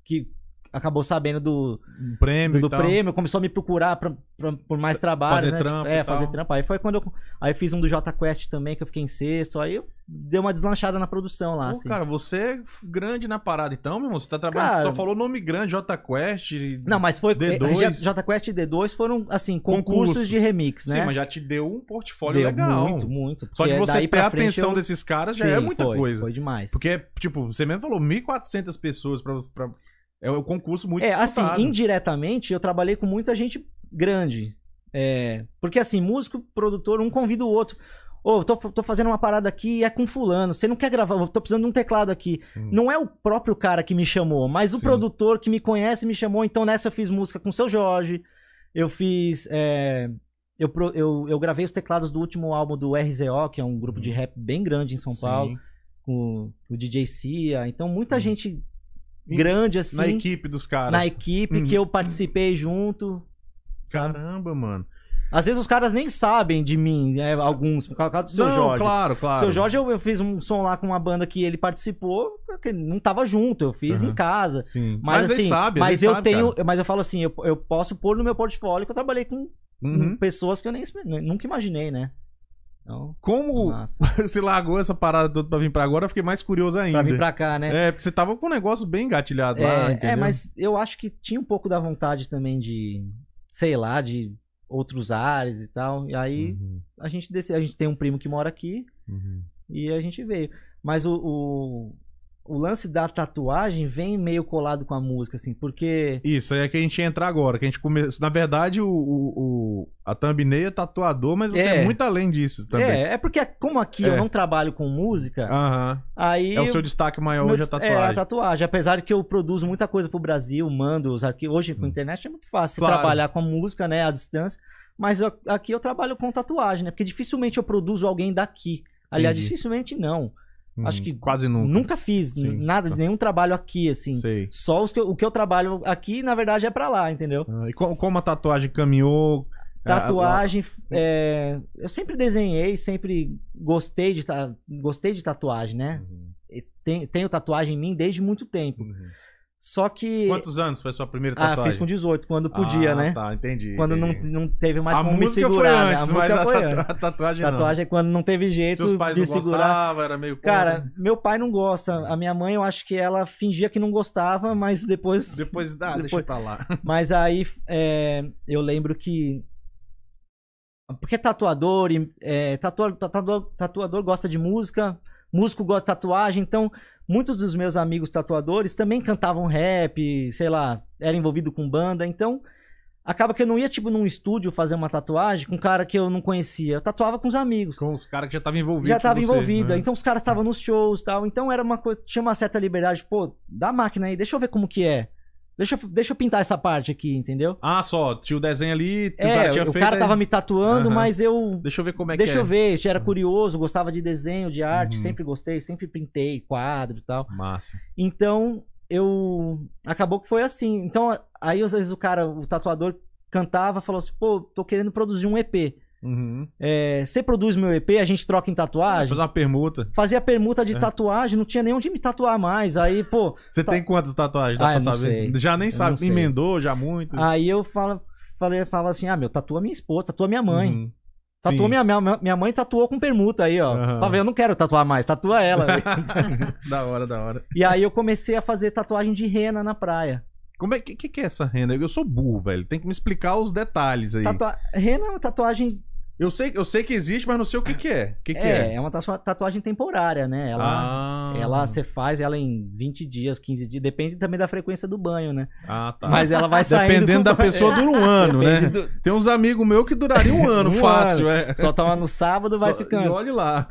S3: que acabou sabendo do,
S1: Um prêmio
S3: do,
S1: e
S3: do
S1: tal.
S3: prêmio, começou a me procurar pra, pra- por mais trabalho.
S1: Fazer
S3: né?
S1: trampo
S3: É,
S1: e tal.
S3: fazer trampo. Aí foi quando eu. Aí fiz um do J Quest também, que eu fiquei em sexto. Aí eu dei uma deslanchada na produção lá,
S1: Pô,
S3: assim.
S1: Cara, você é f- grande na parada então, meu irmão? Você tá trabalhando,
S3: Cara-
S1: só falou nome grande, J Quest.
S3: Não, mas foi. eh,
S1: D2.
S3: J- J Quest e D2 foram, assim, concursos,
S1: Concursos.
S3: de remix,
S1: Sim,
S3: né?
S1: mas já te deu um portfólio
S3: Deu
S1: legal.
S3: Muito, muito.
S1: Só que
S3: porque
S1: você
S3: daí
S1: ter
S3: pra
S1: a
S3: frente
S1: atenção
S3: eu-
S1: desses caras já é
S3: Sim,
S1: muita
S3: foi,
S1: coisa.
S3: Foi demais.
S1: Porque, tipo, você mesmo falou 1.400 pessoas pra, pra... É um concurso muito
S3: É, assim,
S1: disputado.
S3: indiretamente, eu trabalhei com muita gente grande. É, porque, assim, músico, produtor, um convida o outro. Ô, tô, tô fazendo uma parada aqui, é com fulano. Você não quer gravar? Eu Tô precisando de um teclado aqui.
S1: Hum.
S3: Não é o próprio cara que me chamou, mas o
S1: Sim.
S3: produtor que me conhece me chamou. Então, nessa eu fiz música com o Seu Jorge. Eu fiz... é, eu, pro- eu, eu gravei os teclados do último álbum do RZO, que é um grupo de rap bem grande em São
S1: Hum. Sim.
S3: Paulo. Com o DJ Cia. Então, muita
S1: Hum.
S3: gente
S1: E
S3: grande, assim
S1: Na equipe dos caras.
S3: na equipe
S1: Uhum.
S3: que eu participei junto.
S1: Caramba, mano.
S3: Às vezes os caras nem sabem de mim, né? Alguns, por causa do seu
S1: Não,
S3: Jorge.
S1: claro, claro.
S3: Seu Jorge, eu, eu fiz um som lá com uma banda que ele participou, que ele não tava junto, eu fiz
S1: Aham.
S3: em casa.
S1: Sim.
S3: Mas,
S1: eles
S3: assim,
S1: sabem,
S3: mas
S1: eles
S3: eu
S1: sabem,
S3: tenho.
S1: cara.
S3: Mas eu falo assim, eu, eu posso pôr no meu portfólio que eu trabalhei com, com
S1: Uhum.
S3: pessoas que eu nem espe- nunca imaginei, né? Então,
S1: Como
S3: massa.
S1: você largou essa parada toda pra vir pra agora, eu fiquei mais curioso ainda.
S3: Pra vir pra cá, né?
S1: É, porque você tava com um negócio bem engatilhado lá,
S3: É,
S1: entendeu?
S3: é, mas eu acho que tinha um pouco da vontade também de, sei lá, de outros ares e tal. E aí
S1: Uhum,
S3: a gente desse, a gente tem um primo que mora aqui
S1: uhum.
S3: e a gente veio. Mas o, o, o lance da tatuagem vem meio colado com a música, assim, porque.
S1: Isso, é que a gente ia entrar agora, que a gente começa... Na verdade, o, o- o- a thumbnail é tatuador, mas você é,
S3: É.
S1: muito além disso também.
S3: É, é porque como aqui eu
S1: É.
S3: não trabalho com música,
S1: Aham.
S3: aí.
S1: É o seu destaque maior
S3: meu-
S1: hoje a
S3: É, a
S1: tatuagem.
S3: tatuagem. Apesar de que eu produzo muita coisa pro Brasil, mando os arquivos. Hoje com
S1: Hum.
S3: a internet é muito fácil
S1: Claro.
S3: trabalhar com a música, né, à distância. Mas eu- aqui eu trabalho com tatuagem, né? Porque dificilmente eu produzo alguém daqui. Aliás,
S1: Entendi.
S3: dificilmente não.
S1: Hum,
S3: acho que
S1: Quase
S3: Nunca,
S1: nunca.
S3: fiz
S1: Sim,
S3: nada,
S1: tá.
S3: nenhum trabalho aqui, assim.
S1: Sei.
S3: Só os que eu- o que eu trabalho aqui, na verdade, é pra lá, entendeu?
S1: Ah, e co- como, a tatuagem caminhou... Ah,
S3: Tatuagem, é, eu sempre desenhei, sempre gostei de, ta- gostei de tatuagem,
S1: ah,
S3: né?
S1: uhum,
S3: E ten- Tenho tatuagem em mim desde muito tempo.
S1: uhum.
S3: Só que.
S1: Quantos anos foi a sua primeira
S3: Ah,
S1: tatuagem?
S3: fiz com 18, quando podia,
S1: Ah,
S3: né?
S1: tá, entendi.
S3: Quando não,
S1: entendi.
S3: não teve mais
S1: a
S3: como me
S1: música
S3: segurar,
S1: foi
S3: né?
S1: antes,
S3: a música
S1: mas
S3: foi
S1: a
S3: antes.
S1: tatu- a tatuagem, não.
S3: Tatuagem é quando não teve jeito
S1: Seus pais
S3: de
S1: não
S3: segurar.
S1: gostavam, né? era meio... contra.
S3: Cara, meu pai não gosta. A minha mãe, eu acho que ela fingia que não gostava, mas depois.
S1: Depois dá, deixa
S3: Depois-
S1: pra lá.
S3: Mas aí é, eu lembro que. Porque tatuador, e, é, tatua- tatuador, tatuador gosta de música, músico gosta de tatuagem, então muitos dos meus amigos tatuadores também cantavam rap, sei lá, era envolvido com banda, então acaba que eu não ia tipo num estúdio fazer uma tatuagem com um cara que eu não conhecia, eu tatuava com os amigos.
S1: Com os caras que já estavam envolvidos.
S3: Já
S1: com
S3: tava
S1: você,
S3: envolvido.
S1: né?
S3: Então os caras estavam nos shows e tal. Então era uma coisa. Tinha uma certa liberdade. Pô, dá a máquina aí, deixa eu ver como que é. Deixa eu, deixa eu pintar essa parte aqui, entendeu?
S1: Ah, só, tinha o desenho ali, o
S3: É,
S1: cara tinha
S3: o
S1: feito,
S3: cara
S1: aí-
S3: tava me tatuando,
S1: Aham.
S3: mas eu.
S1: Deixa eu ver como é
S3: deixa
S1: que
S3: eu ver, já era curioso, gostava de desenho, de arte,
S1: Uhum.
S3: sempre gostei, sempre pintei quadro e tal.
S1: é. Massa.
S3: Então, eu. Acabou que foi assim. Então, aí às vezes o cara, o tatuador, cantava, falou assim: pô, tô querendo produzir um EP.
S1: Uhum.
S3: É, você produz meu EP, a gente troca em tatuagem?
S1: Fazer uma permuta.
S3: Fazia permuta de
S1: É.
S3: tatuagem, não tinha nem onde me tatuar mais. Aí, pô,
S1: Você
S3: Tá.
S1: tem quantas tatuagens? Dá
S3: Ah,
S1: pra
S3: eu não
S1: saber?
S3: sei.
S1: Já nem
S3: Eu não
S1: sabe.
S3: sei. Ah,
S1: Emendou já muito.
S3: aí eu falo, falei, falava assim: ah, meu, tatua minha esposa, tatua minha mãe.
S1: Uhum.
S3: Tatuou
S1: Sim.
S3: minha, minha, minha mãe tatuou com permuta aí, ó.
S1: Aham.
S3: Tá vendo? Eu não quero tatuar mais, tatua ela.
S1: Da hora, da hora.
S3: e aí eu comecei a fazer tatuagem de rena na praia.
S1: Como é que, que que é essa renda? Eu sou burro, velho. Tem que me explicar os detalhes aí.
S3: Tatua... Rena é uma tatuagem.
S1: Eu, sei, eu sei que existe, mas não sei o que, que é. O que, que
S3: é,
S1: é?
S3: é uma tatua- tatuagem temporária, né? Ela,
S1: Ah,
S3: ela você faz ela em 20 dias, 15 dias, depende também da frequência do banho, né?
S1: ah, tá.
S3: Mas ela vai saindo.
S1: Dependendo
S3: com-
S1: da pessoa, dura um ano, né?
S3: Depende do-
S1: Tem uns amigos meus que duraria um ano,
S3: Um
S1: fácil, é.
S3: Só toma no sábado, vai
S1: Só- E
S3: ficando.
S1: olhe lá.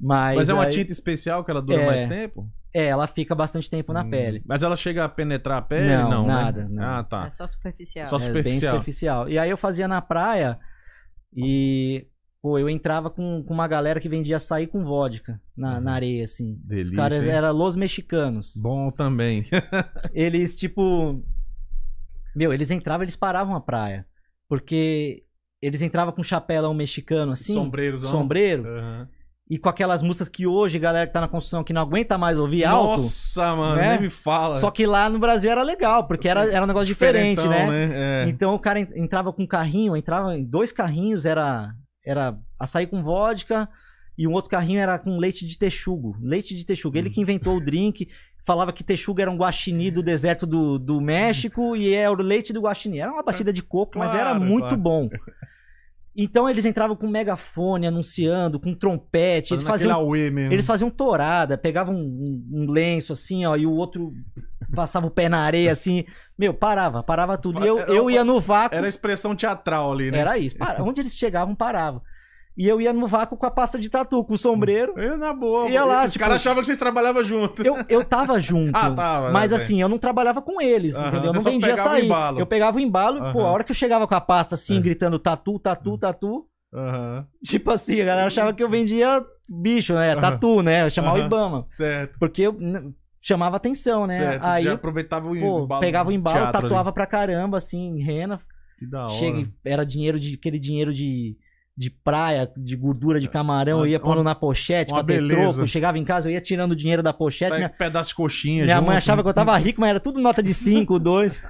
S3: Mas,
S1: Mas é uma
S3: aí-
S1: tinta especial que ela dura
S3: É.
S1: mais tempo?
S3: É, ela fica bastante tempo na
S1: Hum.
S3: pele.
S1: Mas ela chega a penetrar a pele? Não,
S3: Não,
S1: né?
S3: nada, não.
S1: Ah,
S2: É
S1: tá.
S2: só superficial.
S1: Só-
S3: É bem
S1: superficial.
S3: superficial. E aí eu fazia na praia e, pô, eu entrava com, com uma galera que vendia açaí com vodka na,
S1: Uhum.
S3: na areia, assim.
S1: Delícia,
S3: Os caras
S1: hein?
S3: eram los mexicanos.
S1: Bom também.
S3: Eles, tipo. Meu, eles entravam, eles paravam a praia. Porque eles entravam com chapéu um mexicano assim,
S1: Sombreiros.
S3: sombreiro,
S1: Aham.
S3: E com aquelas músicas que hoje, galera que tá na construção, que não aguenta mais ouvir alto.
S1: Nossa, mano,
S3: né?
S1: nem me fala.
S3: Só que lá no Brasil era legal, porque era, era um negócio diferente, né?
S1: Diferentão, né? É.
S3: Então o cara en- entrava com um carrinho, entrava em dois carrinhos, era era açaí com vodka e um outro carrinho era com leite de texugo. Leite de texugo.
S1: Hum.
S3: Ele que inventou o drink, falava que texugo era um guaxini do deserto do, do México e era o leite do guaxini. Era uma batida de coco, mas era
S1: Claro,
S3: muito
S1: claro.
S3: bom. Então eles entravam com megafone anunciando, com trompete, eles
S1: Fazendo aquele
S3: faziam
S1: auê mesmo.
S3: um- eles faziam tourada, pegavam um, um lenço assim, ó, e o outro passava o pé na areia assim. Meu, parava, parava tudo. E eu, eu ia no vácuo.
S1: é, Era a expressão teatral ali, né?
S3: Era isso. Para, onde eles chegavam, parava. E eu ia no vácuo com a pasta de tatu, com o sombreiro.
S1: Eu, É, na boa.
S3: Ia lá,
S1: Os
S3: tipo-
S1: caras achavam que vocês trabalhavam junto.
S3: Eu, eu tava junto.
S1: Ah, tava, né,
S3: mas
S1: velho?
S3: assim, eu não trabalhava com eles,
S1: Aham,
S3: entendeu? Eu
S1: você
S3: não
S1: só
S3: vendia
S1: pegava o
S3: açaí.
S1: embalo.
S3: Eu pegava o embalo, e, pô,
S1: Aham.
S3: a hora que eu chegava com a pasta assim,
S1: É. Uhum.
S3: gritando tatu, tatu, tatu.
S1: Aham,
S3: Tipo assim, a galera achava que eu vendia bicho, né?
S1: Aham.
S3: Tatu, né? Eu chamava
S1: Aham.
S3: o Ibama.
S1: certo.
S3: Porque eu n- chamava atenção, né?
S1: certo.
S3: Aí,
S1: Já aproveitava o
S3: pô, pegava o
S1: do
S3: embalo,
S1: teatro ali.
S3: tatuava pra caramba, assim, em rena.
S1: Que da hora.
S3: Chega, e- era dinheiro de aquele dinheiro de, de praia, de gordura de camarão, eu
S1: Nossa,
S3: ia pondo
S1: uma-
S3: na pochete
S1: uma
S3: pra ter
S1: beleza.
S3: troco. Chegava em casa, eu ia tirando o dinheiro da pochete.
S1: Sai
S3: minha
S1: com pedaço de coxinha
S3: né? minha
S1: junto,
S3: mãe achava
S1: né?
S3: que eu tava rico, mas era tudo nota de 5, 2.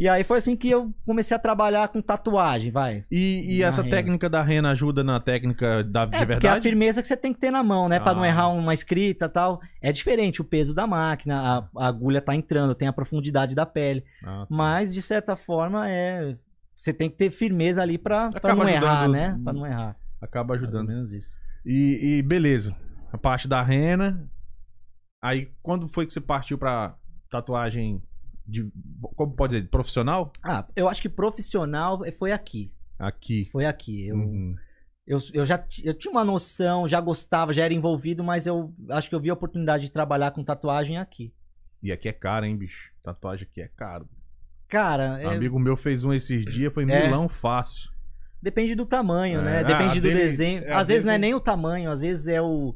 S3: E aí foi assim que eu comecei a trabalhar com tatuagem, vai.
S1: E, e
S3: Na
S1: essa
S3: rena. É,
S1: técnica da rena ajuda na técnica da, de
S3: Porque a
S1: verdade?
S3: firmeza que você tem que ter na mão, né? Pra não
S1: Ah.
S3: errar uma escrita e tal. É diferente o peso da máquina, a, a agulha tá entrando, tem a profundidade da pele.
S1: Ah, tá.
S3: Mas, de certa forma, é. Você tem que ter firmeza ali pra, pra
S1: Acaba
S3: não errar,
S1: ajudando.
S3: né? Pra não errar.
S1: Acaba ajudando.
S3: Mais ou menos isso.
S1: E, e beleza. A parte da rena. Aí, quando foi que você partiu pra tatuagem de. Como pode dizer? Profissional?
S3: Ah, eu acho que profissional eh, foi aqui.
S1: Aqui.
S3: Foi aqui. Eu,
S1: Uhum.
S3: eu, eu já ti- eu tinha uma noção, já gostava, já era envolvido, mas eu acho que eu vi a oportunidade de trabalhar com tatuagem aqui.
S1: E aqui é caro, hein, bicho? Tatuagem aqui é caro.
S3: Cara,
S1: Um
S3: eh,
S1: amigo meu fez um esses dias, foi
S3: É.
S1: milão fácil.
S3: depende do tamanho,
S1: É,
S3: né?
S1: ah,
S3: Depende do
S1: dele-
S3: desenho.
S1: é,
S3: às vezes não é
S1: dele-
S3: nem o tamanho, às vezes é o,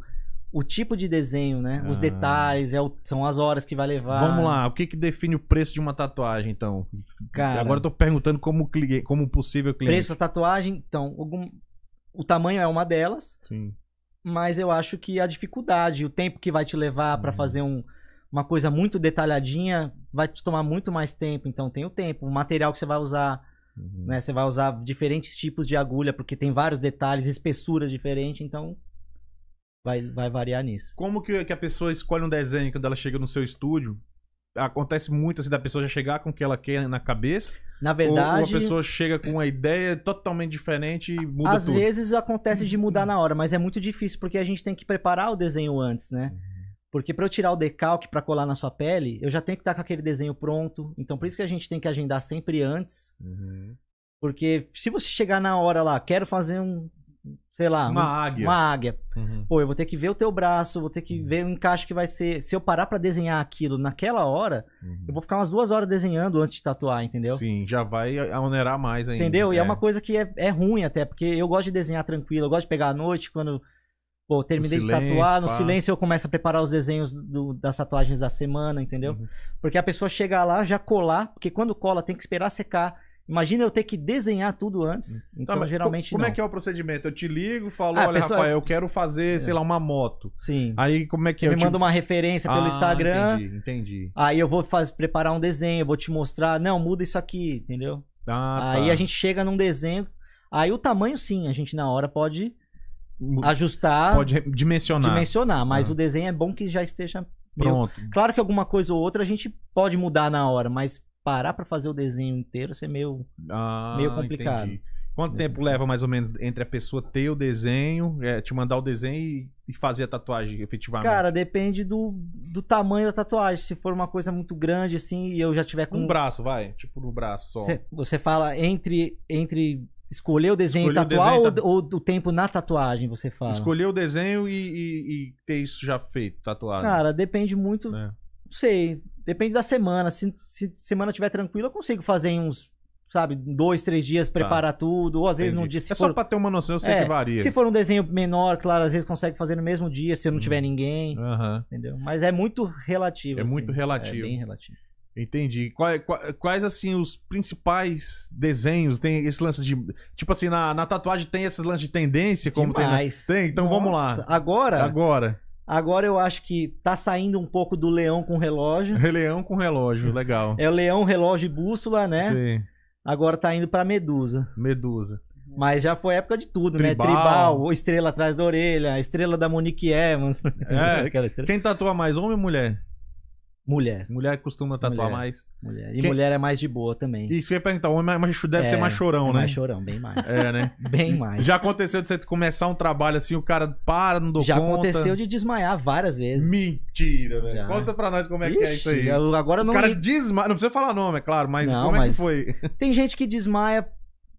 S3: o tipo de desenho, né? Os
S1: Ah.
S3: detalhes, é o- são as horas que vai levar.
S1: Vamos lá, o que que define o preço de uma tatuagem, então?
S3: Cara,
S1: Agora eu tô perguntando como, cliente, como possível cliente.
S3: preço da tatuagem, então, algum- o tamanho é uma delas.
S1: Sim.
S3: mas eu acho que a dificuldade, o tempo que vai te levar pra
S1: Uhum.
S3: fazer um- uma coisa muito detalhadinha vai te tomar muito mais tempo. Então tem o tempo, o material que você vai usar,
S1: Uhum.
S3: né? Você vai usar diferentes tipos de agulha porque tem vários detalhes, espessuras diferentes. Então vai, vai variar nisso.
S1: Como que, que a pessoa escolhe um desenho quando ela chega no seu estúdio? Acontece muito assim da pessoa já chegar com o que ela quer na cabeça.
S3: Na
S1: Ou-
S3: verdade,
S1: Ou a pessoa chega com uma ideia totalmente diferente e muda
S3: às
S1: tudo. Uhum.
S3: vezes acontece de mudar na hora, mas é muito difícil porque a gente tem que preparar o desenho antes, né?
S1: Uhum.
S3: Porque pra eu tirar o decalque pra colar na sua pele, eu já tenho que estar com aquele desenho pronto. Então por isso que a gente tem que agendar sempre antes.
S1: Uhum.
S3: Porque se você chegar na hora lá, quero fazer um, sei lá,
S1: Uma
S3: um-
S1: águia.
S3: uma águia.
S1: Uhum.
S3: Pô, eu vou ter que ver o teu braço, vou ter que ver o encaixe que vai ser. Se eu parar pra desenhar aquilo naquela hora,
S1: Uhum.
S3: eu vou ficar umas duas horas desenhando antes de tatuar, entendeu?
S1: Sim, já vai a- onerar mais ainda.
S3: Entendeu? E é
S1: É.
S3: uma coisa que é, é ruim até, porque eu gosto de desenhar tranquilo, eu gosto de pegar à noite quando. Pô, terminei de
S1: silêncio,
S3: tatuar, no
S1: pá.
S3: silêncio eu começo a preparar os desenhos do- das tatuagens da semana, entendeu?
S1: Uhum.
S3: Porque a pessoa chega lá, já colar, porque quando cola tem que esperar secar. Imagina eu ter que desenhar tudo antes.
S1: Tá,
S3: Então,
S1: mas co-
S3: geralmente
S1: Como
S3: não.
S1: é que é o procedimento? Eu te ligo, falo,
S3: Ah, a
S1: olha,
S3: pessoa-
S1: Rafael, eu quero fazer, sei lá, uma moto.
S3: Sim.
S1: Aí como é que
S3: Você
S1: é?
S3: me
S1: Eu te-
S3: manda uma referência pelo
S1: Ah,
S3: Instagram.
S1: Entendi, entendi.
S3: Aí eu vou faz, preparar um desenho, eu vou te mostrar. Não, muda isso aqui, entendeu?
S1: Ah,
S3: aí
S1: tá.
S3: a gente chega num desenho. Aí o tamanho, sim, a gente na hora pode
S1: Mu-
S3: ajustar,
S1: pode re- dimensionar.
S3: dimensionar. Mas
S1: Ah.
S3: o desenho é bom que já esteja. meio-
S1: Pronto.
S3: Claro que alguma coisa ou outra a gente pode mudar na hora, mas parar pra fazer o desenho inteiro, você é meio.
S1: Ah,
S3: Meio complicado.
S1: entendi. Quanto tempo leva mais ou menos entre a pessoa ter o desenho, é, te mandar o desenho e, e fazer a tatuagem efetivamente?
S3: Cara, depende do, do tamanho da tatuagem. Se for uma coisa muito grande, assim, e eu já tiver com.
S1: um braço, vai. Tipo no braço só.
S3: Cê- você fala entre, entre escolher o desenho
S1: Escolher o
S3: e tatuar
S1: desenho e
S3: ou, ou do tempo na tatuagem, você fala?
S1: Escolher Tá. o desenho e, e- e ter isso já feito, tatuado.
S3: Cara, depende muito.
S1: É.
S3: Não sei. Depende da semana. Se, se semana tiver tranquila, eu consigo fazer em uns, sabe, dois, três dias, preparar tudo. Ou às vezes num
S1: Tá. Entendi.
S3: dia se
S1: É só
S3: for.
S1: pra ter uma noção, eu sei
S3: É,
S1: que varia.
S3: Se for um desenho menor, claro, às vezes consegue fazer no mesmo dia, se não
S1: Uhum.
S3: tiver ninguém,
S1: Aham.
S3: entendeu? Mas é muito relativo.
S1: É
S3: assim.
S1: muito relativo.
S3: É bem relativo.
S1: Entendi. Qua- qua- Quais, assim, os principais desenhos? Tem esse lance de. Tipo assim, na, na tatuagem tem esses lances de tendência, como tem, na-
S3: Demais.
S1: tem, então vamos lá.
S3: Nossa, Agora, agora,
S1: Agora,
S3: eu acho que tá saindo um pouco do leão com relógio.
S1: releão com relógio, legal.
S3: É o leão, relógio e bússola, né?
S1: Sim.
S3: Agora tá indo pra medusa.
S1: Medusa.
S3: Mas já foi época de tudo,
S1: Tribal.
S3: né? Tribal, ou estrela atrás da orelha, a estrela da Monique Evans.
S1: É.
S3: Aquela estrela.
S1: Quem tatua mais, homem ou mulher?
S3: Mulher,
S1: Mulher costuma tatuar
S3: Mulher.
S1: mais.
S3: mulher. E
S1: Quem-
S3: mulher é mais de boa também.
S1: E isso que eu ia perguntar, o homem é mais- deve
S3: É,
S1: ser mais chorão,
S3: é
S1: né?
S3: Mais chorão, bem mais.
S1: É, né?
S3: Bem mais.
S1: Já aconteceu de você começar um trabalho assim, o cara para, não dou
S3: Já
S1: conta.
S3: aconteceu de desmaiar várias vezes.
S1: Mentira, velho.
S3: Já.
S1: Conta pra nós como é que é isso aí.
S3: Ixi, eu- agora eu
S1: O
S3: não
S1: cara
S3: li-
S1: desmaia. Não precisa falar nome, é claro, mas
S3: Não,
S1: como é que
S3: mas-
S1: foi?
S3: Tem gente que desmaia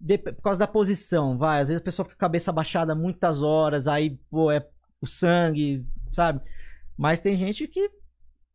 S3: de- por causa da posição, vai. Às vezes a pessoa fica com a cabeça abaixada muitas horas, aí, pô, é o sangue, sabe? Mas tem gente que,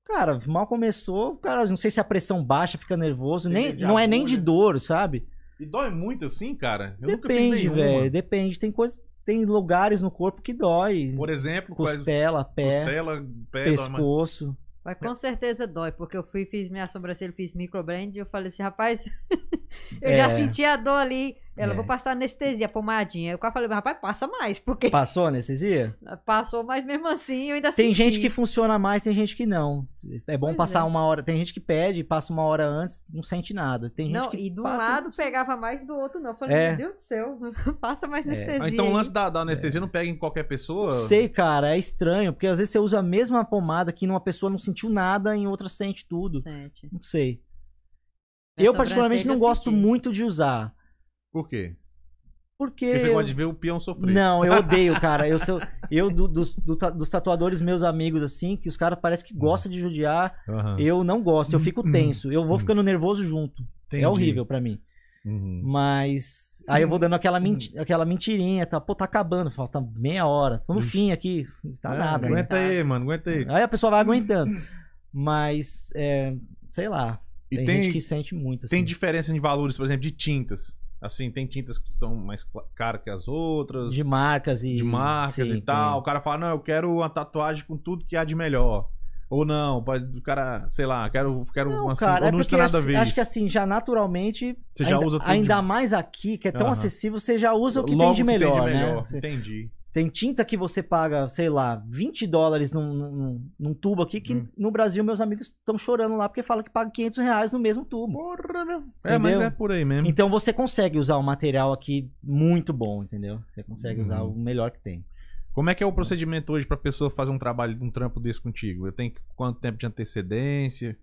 S3: cara, mal começou, cara, não sei se a pressão baixa, fica nervoso,
S1: Tem
S3: nem,
S1: gente de
S3: não é nem de
S1: agulha.
S3: dor, sabe?
S1: E dói muito assim, cara? Eu nunca fiz
S3: depende,
S1: nenhuma.
S3: velho, depende. Tem coisas, tem lugares no corpo que dói.
S1: Por exemplo, quais-
S3: Costela, pé,
S1: costela, pé, dói mais.
S3: pescoço.
S2: Mas com certeza dói, porque eu fui, fiz minha sobrancelha, fiz microblend e eu falei assim, rapaz, eu já
S3: É.
S2: senti a dor ali. Ela,
S3: É.
S2: vou passar anestesia, pomadinha. Aí o cara falou, rapaz, passa mais, porque
S3: Passou anestesia?
S2: passou, mas mesmo assim eu ainda
S3: Tem
S2: senti.
S3: gente que funciona mais, tem gente que não. É bom
S2: Pois
S3: passar
S2: é.
S3: uma hora. Tem gente que pede, passa uma hora antes, não sente nada. Tem gente
S2: Não,
S3: que
S2: e de um
S3: passa-
S2: lado pegava mais do outro, não. Eu falei,
S3: É.
S2: meu Deus do céu, passa mais
S3: É.
S2: anestesia.
S1: Ah, então o
S2: aí.
S1: lance da, da anestesia não pega em qualquer pessoa?
S3: Sei, cara, é estranho, porque às vezes você usa a mesma pomada que numa pessoa não sentiu nada, em outra sente tudo.
S2: Sente.
S3: Não sei.
S2: Na
S3: eu particularmente
S2: sobrancelha
S3: não
S2: eu
S3: gosto
S2: senti.
S3: muito de usar,
S1: Por quê?
S3: porque
S1: Porque você
S3: eu-
S1: gosta de ver o peão sofrer.
S3: Não, eu odeio, cara. Eu sou eu do- dos, do ta- dos tatuadores meus amigos assim, que os caras parece que gostam de judiar,
S1: Aham.
S3: eu não gosto, eu
S1: Ah. Hum,
S3: fico
S1: hum,
S3: tenso, eu
S1: hum.
S3: vou ficando nervoso junto.
S1: Entendi.
S3: É horrível pra mim.
S1: Uhum.
S3: Mas aí eu vou dando aquela, menti- aquela mentirinha, tá? Pô, tá acabando, falta meia hora, tô no
S1: Ixi.
S3: fim aqui, não tá
S1: É,
S3: nada. né?
S1: Aguenta aí, mano, aguenta aí.
S3: Aí a pessoa vai aguentando. Mas, é, sei lá,
S1: E
S3: tem,
S1: tem,
S3: gente que sente muito assim.
S1: tem diferença de valores, por exemplo, de tintas. Assim, tem tintas que são mais cla- caras que as outras,
S3: de
S1: de,
S3: marcas e.
S1: marcas
S3: sim, é.
S1: e tal. O cara fala, não, eu quero uma tatuagem com tudo que há de melhor. Ou não, pode, o cara, sei lá, quero, quero
S3: tem. Não,
S1: uma assim,
S3: cara,
S1: ou
S3: é
S1: não isso
S3: porque
S1: tem nada a
S3: acho-
S1: ver.
S3: acho que assim, já naturalmente
S1: Você já
S3: ainda,
S1: usa tudo.
S3: ainda
S1: de-
S3: mais aqui, que é tão
S1: Aham.
S3: acessível, você já usa o que
S1: logo
S3: tem de melhor,
S1: que tem de melhor.
S3: né? Você-
S1: Entendi.
S3: Tem tinta que você paga, sei lá, 20 dólares num, num, num tubo aqui, que
S1: Hum.
S3: no Brasil meus amigos estão chorando lá porque falam que paga 500 reais no mesmo tubo.
S1: Porra, meu. É, mas
S3: Entendeu?
S1: é por aí mesmo.
S3: Então você consegue usar o material aqui muito bom, entendeu? Você consegue usar
S1: Uhum.
S3: o melhor que tem.
S1: Como é que é o procedimento hoje pra pessoa fazer um trabalho, um trampo desse contigo? Eu tenho que- quanto tempo de antecedência?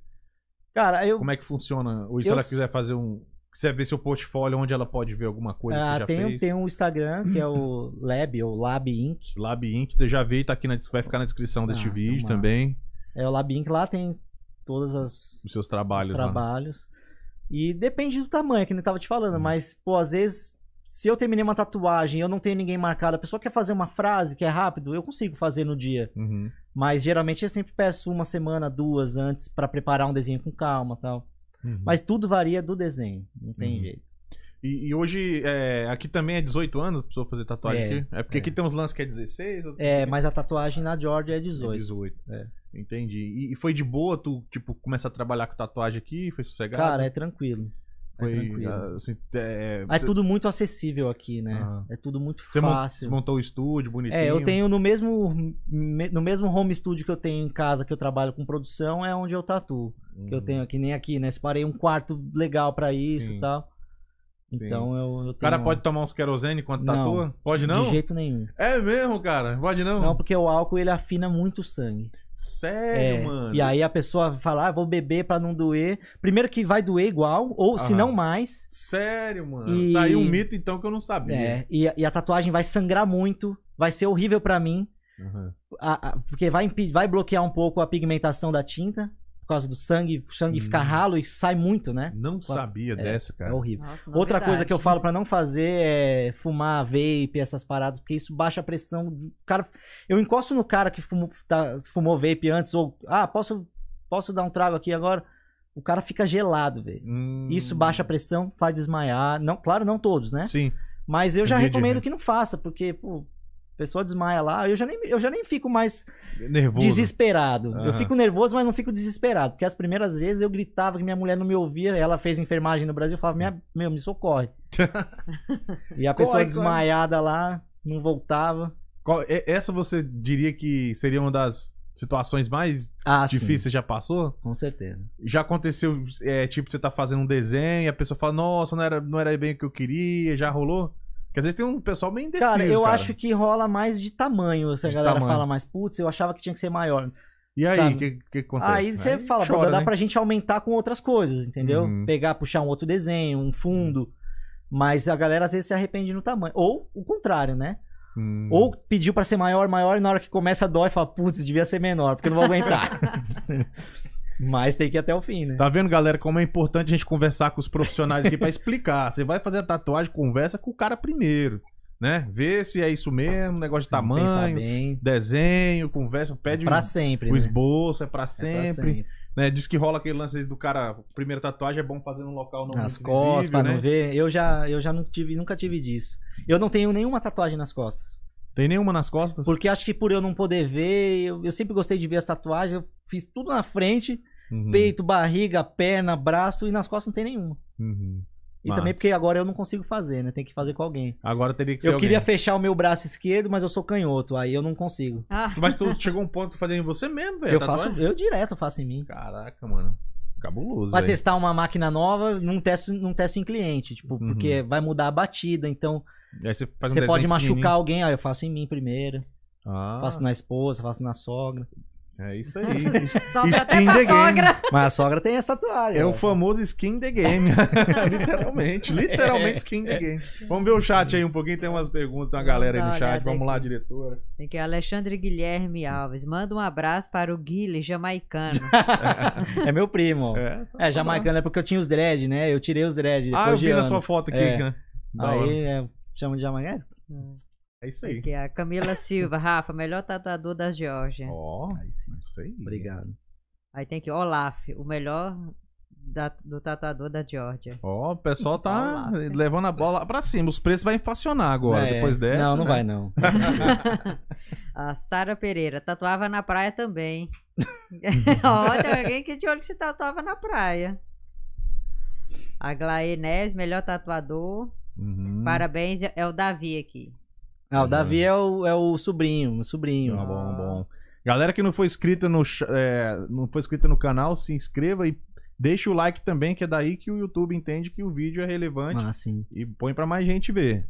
S3: Cara, eu
S1: Como é que funciona? Ou se
S3: Eu
S1: ela
S3: s-
S1: quiser fazer um. Quiser ver seu portfólio, onde ela pode ver alguma coisa que você
S3: ah,
S1: já
S3: tenho,
S1: fez.
S3: tenho um Instagram que é o Lab ou Lab Inc.
S1: Lab Inc. eu já vi, tá aqui na, vai ficar na descrição deste
S3: Ah,
S1: vídeo
S3: então massa.
S1: também.
S3: É o Lab Inc. Lá tem todas as
S1: Os seus trabalhos.
S3: os
S1: lá.
S3: trabalhos. E depende do tamanho, que nem eu tava te falando,
S1: Hum.
S3: mas, pô, às vezes, se eu terminei uma tatuagem e eu não tenho ninguém marcado, a pessoa quer fazer uma frase que é rápido, eu consigo fazer no dia.
S1: Uhum.
S3: Mas geralmente eu sempre peço uma semana, duas antes pra preparar um desenho com calma e tal.
S1: Uhum.
S3: Mas tudo varia do desenho, não tem
S1: Uhum.
S3: jeito.
S1: E, e hoje, é, aqui também é 18 anos pra pessoa fazer tatuagem
S3: É,
S1: aqui? É porque
S3: é.
S1: aqui tem uns lances que é 16, outros
S3: É,
S1: que
S3: mas a tatuagem na Georgia é 18.
S1: 18.
S3: É.
S1: Entendi. E, e foi de boa tu, tipo, começar a trabalhar com tatuagem aqui? Foi sossegado?
S3: Cara, é tranquilo. É
S1: né? foi,
S3: tranquilo.
S1: ah, assim, é,
S3: É
S1: você-
S3: tudo muito acessível aqui, né?
S1: Aham.
S3: É tudo muito
S1: você mon- você
S3: fácil.
S1: montou o estúdio bonitinho.
S3: É, eu tenho no mesmo me- no mesmo home studio que eu tenho em casa que eu trabalho com produção é onde eu tatuo.
S1: Uhum.
S3: Que eu tenho aqui nem aqui, né? Separei um quarto legal pra isso
S1: Sim.
S3: e tal.
S1: Sim.
S3: Então eu, eu tenho
S1: O cara pode tomar uns querosene enquanto
S3: Não.
S1: tatua? Pode não?
S3: de jeito nenhum.
S1: É mesmo, cara? Pode não?
S3: Não, porque o álcool ele afina muito o sangue.
S1: Sério,
S3: É,
S1: mano?
S3: E aí a pessoa fala, ah, vou beber pra não doer. Primeiro que vai doer igual ou se
S1: Aham.
S3: não mais.
S1: Sério, mano?
S3: E-
S1: Tá aí um mito, então, que eu não sabia.
S3: É, e, e a tatuagem vai sangrar muito, vai ser horrível pra mim,
S1: Uhum.
S3: a- a- porque vai, impe- vai bloquear um pouco a pigmentação da tinta, por causa do sangue, o sangue fica
S1: Hum.
S3: ralo e sai muito, né?
S1: Não sabia dessa,
S3: É
S1: cara.
S3: horrível.
S2: Nossa,
S3: Outra
S2: novidade.
S3: coisa que eu falo pra não fazer é fumar vape, essas paradas, porque isso baixa a pressão. do cara, eu encosto no cara que fumou, tá- fumou vape antes, ou, ah, posso, posso dar um trago aqui agora? O cara fica gelado, velho.
S1: Hum.
S3: Isso baixa a pressão, faz desmaiar. Não, claro, não todos, né?
S1: Sim.
S3: Mas eu já
S1: Entendi,
S3: recomendo
S1: né?
S3: que não faça, porque, pô, A pessoa desmaia lá, eu já nem, eu já nem fico mais
S1: Nervoso.
S3: desesperado.
S1: Aham.
S3: Eu fico nervoso, mas não fico desesperado. Porque as primeiras vezes eu gritava que minha mulher não me ouvia, ela fez enfermagem no Brasil, eu falava, minha, meu, me socorre. e
S1: Corre,
S3: a pessoa
S1: corre.
S3: desmaiada lá, não voltava.
S1: Qual- e- essa você diria que seria uma das situações mais
S3: Ah, sim,
S1: difíceis que já passou?
S3: com certeza.
S1: Já aconteceu, é, tipo, você tá fazendo um desenho e a pessoa fala, nossa, não era, não era bem o que eu queria, já rolou? Porque às vezes tem um pessoal meio indeciso,
S3: cara, eu acho que rola mais de tamanho. Se a
S1: De
S3: galera
S1: tamanho.
S3: fala mais, putz, eu achava que tinha que ser maior.
S1: E aí, o
S3: sabe?
S1: que, que acontece?
S3: Aí você fala, pô,
S1: chora,
S3: dá
S1: né?
S3: pra gente aumentar com outras coisas, entendeu?
S1: Uhum.
S3: Pegar, puxar um outro desenho, um fundo. Mas a galera às vezes se arrepende no tamanho. Ou o contrário, né?
S1: Hum.
S3: Ou pediu pra ser maior, maior, e na hora que começa dói, fala, putz, devia ser menor, porque eu não vou aguentar. Mas tem que ir até o fim, né?
S1: Tá vendo, galera, como é importante a gente conversar com os profissionais aqui pra explicar. Você vai fazer a tatuagem, conversa com o cara primeiro, né? Vê se é isso mesmo, negócio de
S3: Pensar
S1: tamanho,
S3: bem.
S1: desenho, conversa, pede um
S3: pra sempre,
S1: o
S3: né?
S1: esboço, é pra
S3: É pra
S1: sempre. né? Diz que rola aquele lance do cara, primeira tatuagem é bom fazer num local não né?
S3: Nas
S1: muito
S3: costas,
S1: visível,
S3: pra não ver. Eu já, eu já não tive, nunca tive disso. Eu não tenho nenhuma tatuagem nas costas.
S1: Tem nenhuma nas costas?
S3: Porque acho que por eu não poder ver, eu, eu sempre gostei de ver as tatuagens, eu fiz tudo na frente,
S1: Uhum,
S3: peito, barriga, perna, braço, e nas costas não tem nenhuma.
S1: uhum.
S3: E
S1: Massa.
S3: também porque agora eu não consigo fazer, né? Tem que fazer com alguém.
S1: Agora teria que ser
S3: Eu queria
S1: alguém.
S3: fechar o meu braço esquerdo, mas eu sou canhoto, aí eu não consigo.
S2: Ah,
S1: Mas tu chegou um ponto de fazer em você mesmo, velho.
S3: eu
S1: tatuagem?
S3: faço, eu direto faço em mim.
S1: Caraca, mano. Cabuloso,
S3: Vai
S1: velho.
S3: testar uma máquina nova, não testo, não testo em cliente, tipo,
S1: Uhum.
S3: porque vai mudar a batida, então
S1: Aí você faz um
S3: você
S1: desenho
S3: pode machucar
S1: pequenininho.
S3: alguém, aí eu faço em mim primeiro,
S1: Ah,
S3: faço na esposa, faço na sogra.
S1: é isso aí.
S2: sobra até
S1: Skin
S2: pra
S1: the
S2: sogra.
S3: Mas a sogra tem essa tatuagem.
S1: É o
S3: ó.
S1: famoso skin the game. literalmente. Literalmente skin the game. Vamos ver o chat aí um pouquinho. Tem umas perguntas da galera aí no
S2: Vamos dar
S1: chat.
S2: uma olhada
S1: Vamos lá,
S2: aqui.
S1: diretora.
S2: Tem que Alexandre Guilherme Alves. Manda um abraço para o Guile, jamaicano.
S3: É meu primo. ó.
S1: É,
S3: É, jamaicano é porque eu tinha os dread, né? Eu tirei os
S1: Ah,
S3: dread
S1: eu
S3: depois de
S1: vi na
S3: ano.
S1: sua foto aqui,
S3: É.
S1: né? Da hora.
S3: Aí é, chama de jamaicano.
S1: É isso aí.
S2: Aqui, a Camila Silva, Rafa, melhor tatuador da Geórgia.
S1: Ó,
S3: É.
S1: é
S3: Aí sim.
S1: isso aí.
S3: Obrigado.
S2: Aí tem que Olaf, o melhor da- do tatuador da Geórgia.
S1: Ó, o pessoal tá
S2: Olá.
S1: levando a bola pra cima. Os preços vai inflacionar agora,
S3: É,
S1: depois dessa.
S3: Não, não
S1: né?
S3: vai não.
S2: A Sara Pereira, tatuava na praia também. Ó, tem alguém que de olho que se tatuava na praia. A Glaê Neves, melhor tatuador.
S1: Uhum.
S2: Parabéns, é o Davi aqui.
S3: Ah, o Davi é o, é o sobrinho, meu sobrinho.
S1: Tá bom, bom. Galera que não foi inscrita no, ch- é, não foi inscrita no canal, se inscreva e deixa o like também, que é daí que o YouTube entende que o vídeo é relevante
S3: Ah, sim.
S1: e põe pra mais gente ver.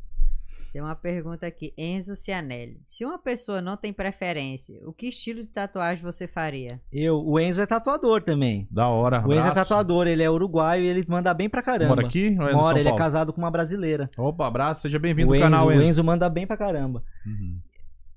S2: Tem uma pergunta aqui, Enzo Cianelli. Se uma pessoa não tem preferência, o que estilo de tatuagem você faria?
S3: Eu, o Enzo é tatuador também.
S1: Da hora.
S3: O Enzo é
S1: abraço.
S3: tatuador, ele é uruguaio e ele manda bem pra caramba.
S1: Mora aqui? Ou é no
S3: Mora,
S1: São
S3: ele é
S1: Paulo?
S3: casado com uma brasileira.
S1: Opa, abraço, seja bem-vindo
S3: o
S1: ao
S3: Enzo,
S1: canal,
S3: o
S1: Enzo.
S3: Enzo manda bem pra caramba.
S1: Uhum.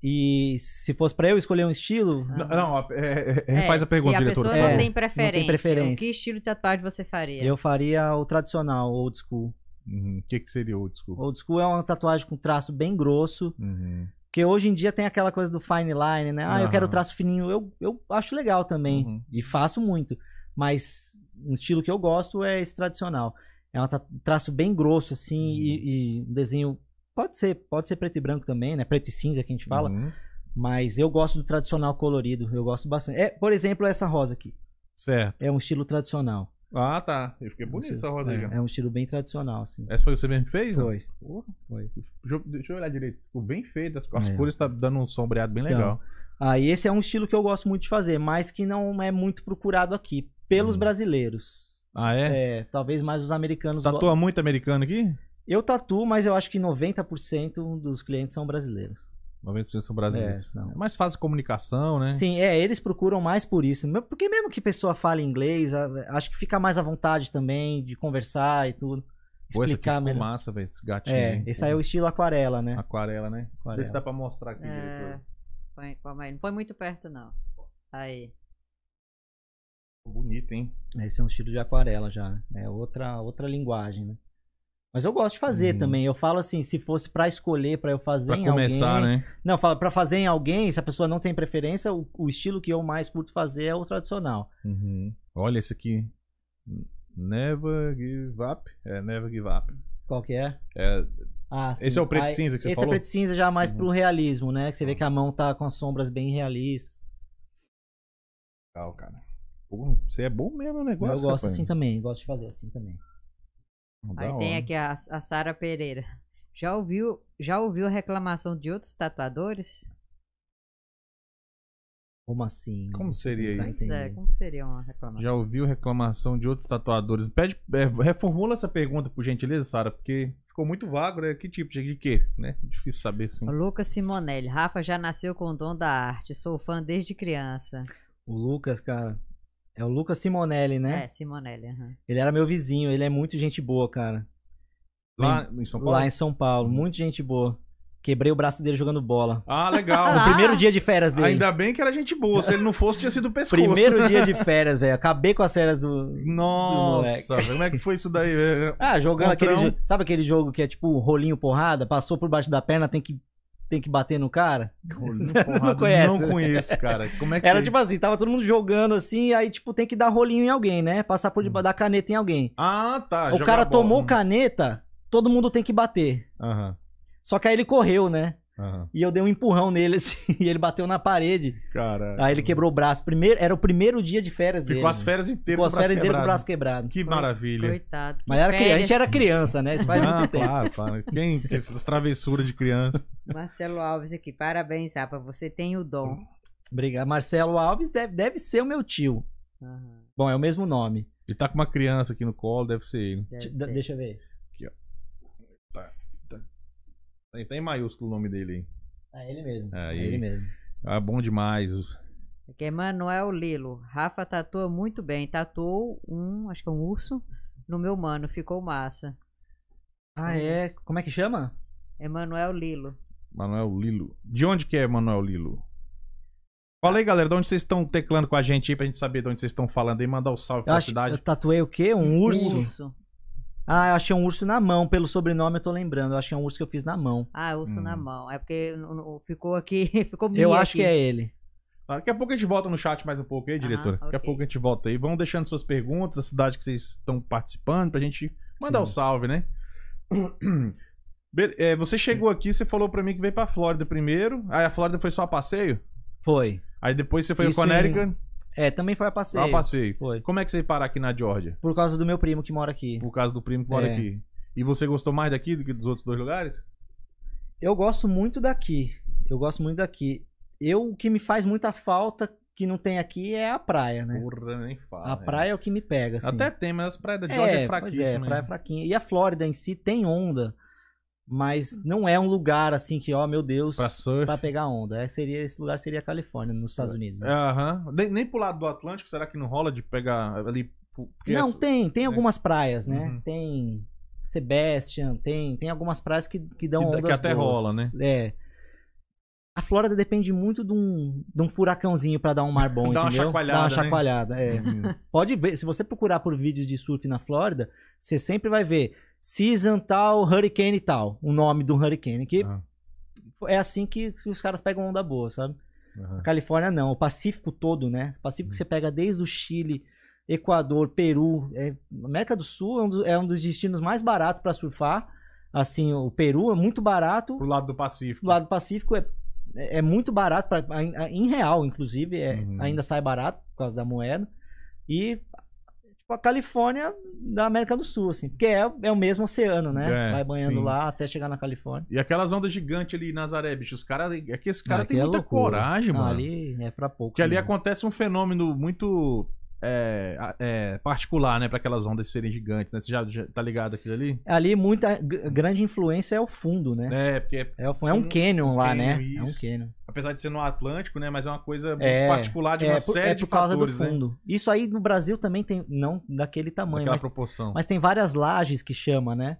S3: E se fosse pra eu escolher um estilo,
S1: Não, não, é, é, refaz
S2: Ah. É,
S1: a pergunta,
S2: se a
S1: diretora.
S2: pessoa
S1: por
S2: não
S1: favor.
S2: tem, preferência,
S3: preferência.
S2: o que estilo de tatuagem você faria?
S3: eu faria o tradicional, old school.
S1: Uhum. O que, que seria o desculpa?
S3: Old school é uma tatuagem com traço bem grosso.
S1: Uhum.
S3: Porque hoje em dia tem aquela coisa do fine line, né? Ah, eu
S1: Aham.
S3: quero traço fininho. Eu, eu acho legal também.
S1: Uhum.
S3: E faço muito. Mas um estilo que eu gosto é esse tradicional. É um tra- traço bem grosso, assim,
S1: Uhum.
S3: e, e um desenho. Pode ser, pode ser preto e branco também, né? Preto e cinza que a gente fala.
S1: Uhum.
S3: Mas eu gosto do tradicional colorido. Eu gosto bastante. É, por exemplo, essa rosa aqui.
S1: Certo.
S3: É um estilo tradicional.
S1: Ah, tá. Eu fiquei bonito
S3: Você-
S1: essa rosa aí.
S3: é,
S1: ó.
S3: é um estilo bem tradicional, assim.
S1: Essa foi você mesmo que fez?
S3: Foi.
S1: Porra.
S3: Foi.
S1: Deixa eu- Deixa eu olhar direito. Ficou bem feio. As, as
S3: É.
S1: cores tá dando um sombreado bem
S3: Então,
S1: legal.
S3: Aí esse é um estilo que eu gosto muito de fazer, mas que não é muito procurado aqui pelos
S1: Hum.
S3: brasileiros.
S1: ah, é?
S3: É, talvez mais os americanos. go-
S1: Tatua muito americano aqui?
S3: Eu tatuo, mas eu acho que 90% dos clientes são brasileiros.
S1: 90% são
S3: É,
S1: brasileiros.
S3: são.
S1: É mais fácil a comunicação, né?
S3: Sim, é, eles procuram mais por isso. Mas Porque mesmo que a pessoa fale inglês, a- acho que fica mais à vontade também de conversar e tudo.
S1: Pô, esse aqui
S3: Explicar
S1: ficou
S3: melhor.
S1: massa, velho. Esse gatinho.
S3: É,
S1: hein?
S3: esse aí é o estilo aquarela, né?
S1: Aquarela, né? Vê se
S3: Aquarela.
S1: dá pra mostrar aqui.
S2: É,
S1: diretor.
S2: põe- calma aí, não põe muito perto, não. Aí.
S1: Bonito, hein?
S3: Esse é um estilo de aquarela já, né? É outra, outra linguagem, né? Mas eu gosto de fazer
S1: Uhum.
S3: também. Eu falo assim, se fosse pra escolher, pra eu fazer
S1: Pra
S3: em
S1: começar,
S3: alguém,
S1: né?
S3: Não, fala, pra fazer em alguém, se a pessoa não tem preferência, o, o estilo que eu mais curto fazer é o tradicional.
S1: Uhum. Olha esse aqui. Never give up. É, never give up.
S3: Qual que é? Ah, sim.
S1: Esse é o preto
S3: Aí-
S1: cinza que você
S3: esse
S1: falou?
S3: é preto cinza já mais
S1: Uhum.
S3: pro realismo, né? Que você vê que a mão tá com as sombras bem realistas.
S1: Legal, cara. Pô, você é bom mesmo no negócio.
S3: eu gosto
S1: rapaz.
S3: assim também, gosto de fazer assim também.
S1: Da
S2: Aí tem
S1: hora.
S2: aqui a, a Sara Pereira. Já ouviu, já ouviu reclamação de outros tatuadores?
S3: Como assim?
S1: Como seria
S3: Tá
S1: isso?
S2: Pois é,
S3: entendi.
S2: como que seria uma reclamação?
S1: Já ouviu reclamação de outros tatuadores? Pede, é, reformula essa pergunta, por gentileza, Sara, porque ficou muito vago, né? Que tipo? De de quê? Né? Difícil saber, assim.
S2: Lucas Simonelli. Rafa já nasceu com o dom da arte. Sou fã desde criança.
S3: O Lucas, cara. É o Lucas Simonelli, né?
S2: É, Simonelli. aham.
S3: Ele era meu vizinho, ele é muito gente boa, cara.
S1: Lá em São Paulo? Uhum.
S3: Lá em São Paulo, muito gente boa. Quebrei o braço dele jogando bola.
S1: Ah,
S3: No
S1: legal.
S3: primeiro dia de férias dele.
S1: Ainda bem que era gente boa. Se ele não fosse, tinha sido o pescoço.
S3: Primeiro dia de férias, velho. Acabei com as férias do.
S1: Nossa, velho, como é que foi isso daí? velho?
S3: Ah, jogando aquele.
S1: Contrão.
S3: jo- Sabe aquele jogo que é tipo rolinho porrada? Passou por baixo da perna, tem que, tem que bater no cara?
S1: Porrada,
S3: conhece,
S1: Não
S3: né?
S1: conheço, cara. Como é que
S3: Era tipo assim, tava todo mundo jogando assim, aí tipo tem que dar rolinho em alguém, né? Passar por debaixo da caneta em alguém.
S1: Hum. Ah, tá.
S3: o
S1: jogar
S3: cara
S1: bola.
S3: tomou caneta, todo mundo tem que bater.
S1: Aham,
S3: Só que aí ele correu, né?
S1: aham.
S3: E eu dei um empurrão nele assim, e ele bateu na parede.
S1: Cara.
S3: Aí ele quebrou o braço. Primeiro, era o primeiro dia de férias dele.
S1: Hum. Ficou as férias inteiras
S3: Ficou as férias inteiras com o braço
S1: quebrado.
S3: quebrado.
S1: Que
S2: Foi-
S1: maravilha.
S2: Coitado.
S3: Mas era criança, a
S2: Férias.
S3: gente era criança, né? Isso faz
S1: ah,
S3: muito tempo.
S1: claro, claro. Quem que é essas travessuras de criança?
S2: Marcelo Alves aqui. Parabéns, Rafa. Você tem o dom.
S3: Obrigado. Marcelo Alves deve, deve ser o meu tio.
S2: Aham,
S3: Bom, é o mesmo nome.
S1: Ele tá com uma criança aqui no colo, deve ser ele.
S2: deve
S3: Ti-
S2: ser.
S3: da- deixa eu ver.
S1: Tem, tem Tá maiúsculo o nome dele aí.
S3: É ele mesmo.
S1: Aí.
S3: É ele mesmo.
S1: Ah, bom demais. Os-
S2: Aqui é Manuel Lilo. Rafa tatua muito bem. Tatuou um, acho que é um urso, no meu mano. Ficou massa.
S3: Ah, é. Como é que chama?
S2: Emanuel Lilo.
S1: Manuel Lilo. De onde que é Manuel Lilo? Fala aí, galera, de onde vocês estão teclando com a gente aí pra gente saber de onde vocês estão falando aí, mandar o salve
S3: Eu,
S1: pra
S3: acho,
S1: cidade.
S3: eu tatuei o quê? Um urso?
S2: Urso.
S3: Ah, eu achei um urso na mão. Pelo sobrenome eu tô lembrando. Eu achei um urso que eu fiz na mão.
S2: Ah, urso
S1: Hum.
S2: na mão. É porque no- no- ficou aqui, ficou mia
S3: eu acho que
S2: aqui.
S3: é ele.
S1: Tá, Daqui a pouco a gente volta no chat mais um pouco aí, diretora. Daqui a
S2: ok.
S1: pouco a gente volta aí. Vão deixando suas perguntas, a cidade que vocês estão participando, pra gente mandar
S3: Sim.
S1: o salve, né? Be- é, você chegou aqui, você falou pra mim que veio pra Flórida primeiro. Aí a Flórida foi só a passeio?
S3: Foi.
S1: Aí depois você foi a
S3: Isso em-
S1: Connecticut,
S3: É, também foi a passeio.
S1: só a passeio.
S3: Foi.
S1: Como é que você veio parar aqui na Georgia?
S3: Por causa do meu primo que mora aqui.
S1: Por causa do primo que mora
S3: É.
S1: aqui. E você gostou mais daqui do que dos outros dois lugares?
S3: Eu gosto muito daqui. Eu gosto muito daqui. Eu, o que me faz muita falta que não tem aqui é a praia, né?
S1: Porra, nem fala.
S3: A
S1: né?
S3: praia é o que me pega, assim.
S1: Até tem, mas as praias da
S3: É,
S1: Georgia é,
S3: pois é,
S1: fraquíssima.
S3: a praia é fraquinha. E a Flórida em si tem onda, mas não é um lugar assim que, ó, meu Deus,
S1: Pra surf.
S3: pra pegar onda. É, seria, esse lugar seria a Califórnia, nos
S1: É,
S3: Estados Unidos. né?
S1: Aham. Nem, nem pro lado do Atlântico, será que não rola de pegar ali? pro- porque
S3: não,
S1: essa-
S3: tem, tem
S1: né?
S3: algumas praias, né?
S1: Uhum.
S3: Tem Sebastian, tem, tem algumas praias que, que dão
S1: Que dá-
S3: ondas
S1: que até
S3: boas.
S1: rola, né?
S3: É. A Flórida depende muito de um, de um furacãozinho pra dar um mar bom,
S1: Dá uma
S3: entendeu?
S1: chacoalhada,
S3: Dá uma
S1: né?
S3: chacoalhada, é.
S1: Uhum.
S3: Pode ver, se você procurar por vídeos de surf na Flórida, você sempre vai ver season tal, hurricane tal, o nome do hurricane, que
S1: Ah,
S3: é assim que os caras pegam onda boa, sabe?
S1: aham.
S3: A Califórnia não, o Pacífico todo, né? O Pacífico você pega desde o Chile, Equador, Peru, é, América do Sul é um dos, é um dos destinos mais baratos pra surfar, assim, o Peru é muito barato,
S1: Pro lado do Pacífico.
S3: do lado do Pacífico é, é é muito barato, pra, em- em real, inclusive, é-
S1: Uhum.
S3: ainda sai barato por causa da moeda. E tipo, a Califórnia da América do Sul, assim, porque é, é o mesmo oceano, né?
S1: É,
S3: Vai banhando
S1: sim.
S3: lá até chegar na Califórnia.
S1: E aquelas ondas gigantes ali em Nazaré, bicho. Os caras. É que esse cara
S3: Aqui
S1: tem
S3: é
S1: muita
S3: loucura.
S1: coragem,
S3: Não,
S1: mano.
S3: Ali é pra pouco.
S1: Porque ali
S3: mesmo.
S1: acontece um fenômeno muito. é, a- é, particular, né? Pra aquelas ondas serem gigantes, né? Você já, já tá ligado aquilo ali?
S3: Ali muita gr- grande influência é o fundo, né?
S1: É, porque é-
S3: É, o fundo, é um canyon lá,
S1: canyon,
S3: né?
S1: isso.
S3: É um canyon.
S1: apesar de ser no Atlântico, né? Mas é uma coisa muito
S3: É,
S1: particular de
S3: é,
S1: uma
S3: por,
S1: série
S3: é
S1: de
S3: por causa
S1: fatores,
S3: do
S1: né?
S3: fundo. Isso aí no Brasil também tem, não daquele tamanho,
S1: Daquela
S3: mas
S1: proporção. Ah,
S3: Mas tem várias lajes que chama, né?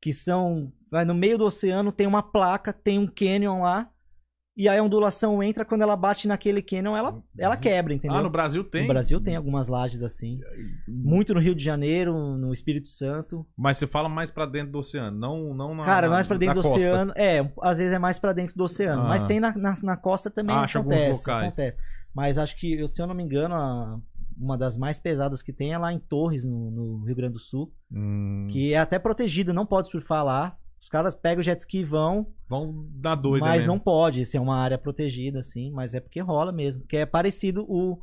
S3: Que são. Vai no meio do oceano, tem uma placa, tem um canyon lá. E aí a ondulação entra, quando ela bate naquele canyon, ela, ela quebra, entendeu?
S1: Ah, no Brasil tem. É.
S3: No Brasil tem algumas lajes assim. Muito no Rio de Janeiro, no Espírito Santo.
S1: Mas você fala mais pra dentro do oceano, não, não na.
S3: Cara,
S1: na-
S3: mais pra
S1: Ah, na
S3: dentro do
S1: costa.
S3: oceano. É, às vezes é mais pra dentro do oceano.
S1: Ah.
S3: Mas tem na, na, na costa também
S1: Acha alguns
S3: acontece,
S1: locais.
S3: acontece. Mas acho que, eu- se eu não me engano, a- uma das mais pesadas que tem é lá em Torres, no- no Rio Grande do Sul.
S1: Hum,
S3: que é até protegido, não pode surfar lá. Os caras pegam o jet ski e vão,
S1: Vão dar doida,
S3: mas
S1: mesmo.
S3: não pode. Isso é uma área protegida, assim, mas é porque rola mesmo. Porque é parecido o,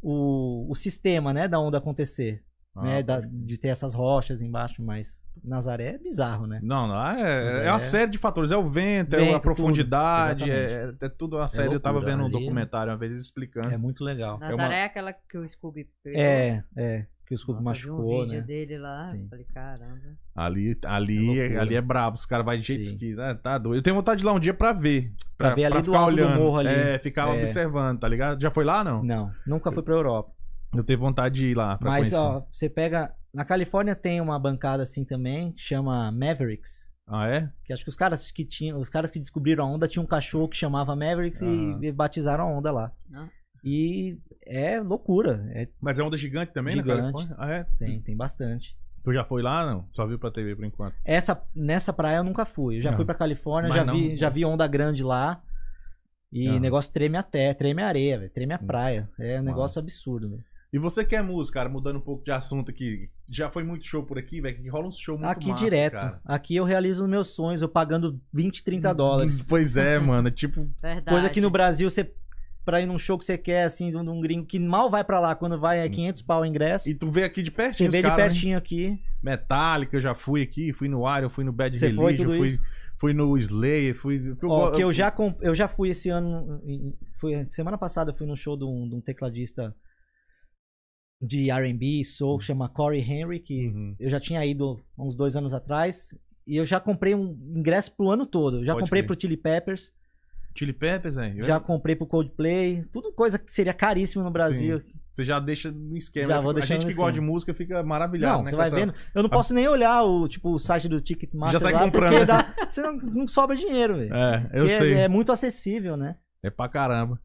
S3: o, o sistema, né, da onda acontecer.
S1: Ah,
S3: né, da- de ter essas rochas embaixo, mas Nazaré é bizarro, né?
S1: Não, não.
S3: Mas
S1: É, é
S3: é-
S1: uma série de fatores. É o vento, é
S3: Vento,
S1: a
S3: tudo.
S1: profundidade, é, é tudo a série. eu tava
S3: loucura,
S1: vendo um
S3: ali, né?
S1: documentário uma vez explicando.
S3: É muito legal.
S2: Nazaré é aquela que o Scooby pegou.
S3: É, é, que o Scooby
S2: Nossa, eu vi um
S3: machucou,
S2: vídeo
S3: né?
S2: dele lá,
S3: Sim.
S2: falei, caramba.
S1: Ali,
S3: É
S1: ali, é
S3: loucura.
S1: ali é brabo. Os caras vão de jet
S3: Sim.
S1: ski. né? tá doido. Eu tenho vontade de ir lá um dia pra ver.
S3: Pra ver ali do
S1: ficar
S3: alto do morro ali.
S1: É, ficar
S3: É.
S1: observando, tá ligado? Já foi lá, não?
S3: Não, nunca fui pra Europa.
S1: Eu tenho vontade de ir lá pra
S3: Mas,
S1: conhecer.
S3: ó, você pega. Na Califórnia tem uma bancada assim também, que chama Mavericks.
S1: Ah, é?
S3: Que acho que os caras que tinham. Os caras que descobriram a onda tinham um cachorro que chamava Mavericks
S1: Ah.
S3: e, e batizaram a onda lá.
S2: Ah.
S3: E é loucura. é-
S1: Mas é onda gigante também,
S3: Gigante.
S1: né? Califórnia? Ah, é?
S3: tem, tem bastante.
S1: Tu já foi lá, não? Só viu pra TV por enquanto.
S3: Essa, nessa praia eu nunca fui. Eu já
S1: Não.
S3: fui pra Califórnia,
S1: Mas
S3: já,
S1: não-
S3: vi, já vi onda grande lá. E
S1: Não.
S3: o negócio treme a terra, treme a areia, velho, treme a
S1: Hum.
S3: praia. É um negócio absurdo, velho.
S1: E você que é músico, cara, mudando um pouco de assunto aqui. Já foi muito show por aqui, velho? Que rola um show muito
S3: Aqui
S1: massa,
S3: direto.
S1: cara.
S3: Aqui eu realizo os meus sonhos, eu pagando 20,
S1: Hum,
S3: 30 dólares.
S1: Pois é, mano. é Tipo,
S2: Verdade.
S3: Coisa que no Brasil você. Pra ir num show que você quer, assim, de um de um gringo que mal vai pra lá, quando
S1: Hum.
S3: vai é 500 pau o ingresso.
S1: e tu vê aqui de
S3: Você
S1: pertinho, os
S3: vê de
S1: caras, né?
S3: pertinho aqui.
S1: Metallica, eu já fui aqui, fui no Iron, fui no Bad
S3: Você foi
S1: Religion,
S3: tudo
S1: fui,
S3: isso?
S1: fui no Slayer, fui. eu
S3: Ó,
S1: go-
S3: que eu já, comp- eu já fui esse ano. em- Fui, semana passada eu fui num show de um, de um tecladista de RB, soul, chama Corey Henry, que
S1: Uhum.
S3: eu já tinha ido há uns dois anos atrás. E eu já comprei um ingresso pro ano todo. Eu já
S1: Pode
S3: comprei
S1: crer.
S3: pro Chili Peppers.
S1: Chili Peppers, velho.
S3: Já comprei pro Coldplay, tudo coisa que seria caríssimo no Brasil.
S1: Você já deixa no esquema.
S3: Já
S1: né?
S3: vou
S1: a
S3: deixando
S1: gente
S3: no
S1: que gosta de
S3: esquema.
S1: música fica maravilhado,
S3: não,
S1: né?
S3: você
S1: com
S3: vai
S1: essa-
S3: vendo. Eu não posso nem olhar o, tipo, o site do Ticketmaster
S1: Já sai
S3: lá,
S1: comprando. né?
S3: porque dá- você não, não sobra dinheiro, velho.
S1: É, eu
S3: Porque
S1: sei.
S3: É,
S1: É...
S3: muito acessível, né?
S1: pra caramba.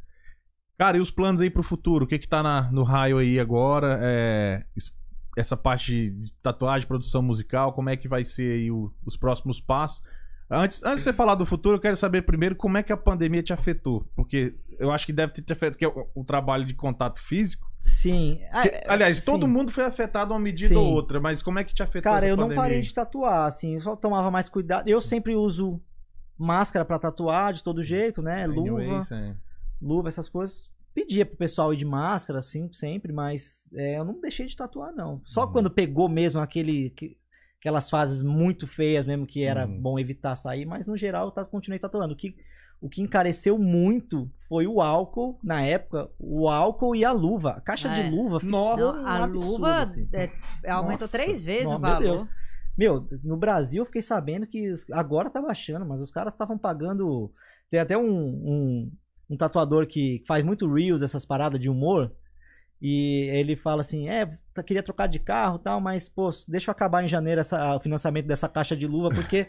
S1: Cara, e os planos aí pro futuro? O que que tá na- no raio aí agora? É, es- Essa parte de tatuagem, produção musical, como é que vai ser aí o- os próximos passos? Antes, antes de você falar do futuro, eu quero saber primeiro como é que a pandemia te afetou. Porque eu acho que deve ter te afetado, que é o, o trabalho de contato físico.
S3: Sim. Ah,
S1: Que-
S3: é,
S1: aliás,
S3: sim.
S1: todo mundo foi afetado uma medida
S3: Sim.
S1: ou outra, mas como é que te afetou
S3: Cara,
S1: essa
S3: eu não
S1: pandemia?
S3: parei
S1: aí?
S3: de tatuar, assim, eu só tomava mais cuidado. Eu sempre uso máscara pra tatuar de todo jeito, né? Luva.
S1: Anyways, é.
S3: luva, essas coisas. Pedia pro pessoal ir de máscara, assim, sempre, mas é, eu não deixei de tatuar, não. Só
S1: Uhum.
S3: quando pegou mesmo aquele, que- aquelas fases muito feias mesmo, que era
S1: Uhum.
S3: bom evitar sair, mas no geral eu ta- continuei tatuando. O que, o que encareceu muito foi o álcool, na época, o álcool e a luva. A caixa
S2: Ah, é.
S3: de luva ficou
S1: Nossa,
S2: Não,
S3: um
S2: a
S3: absurdo,
S2: luva
S3: assim.
S2: é, aumentou
S3: Nossa,
S2: três vezes
S3: não,
S2: o
S3: meu Deus.
S2: valor.
S3: Meu, no Brasil eu fiquei sabendo que os- agora tá baixando, mas os caras estavam pagando. Tem até um, um, um tatuador que faz muito reels, essas paradas de humor. E ele fala assim: é, tá- queria trocar de carro e tal, mas, pô, deixa eu acabar em janeiro essa- o financiamento dessa caixa de luva, porque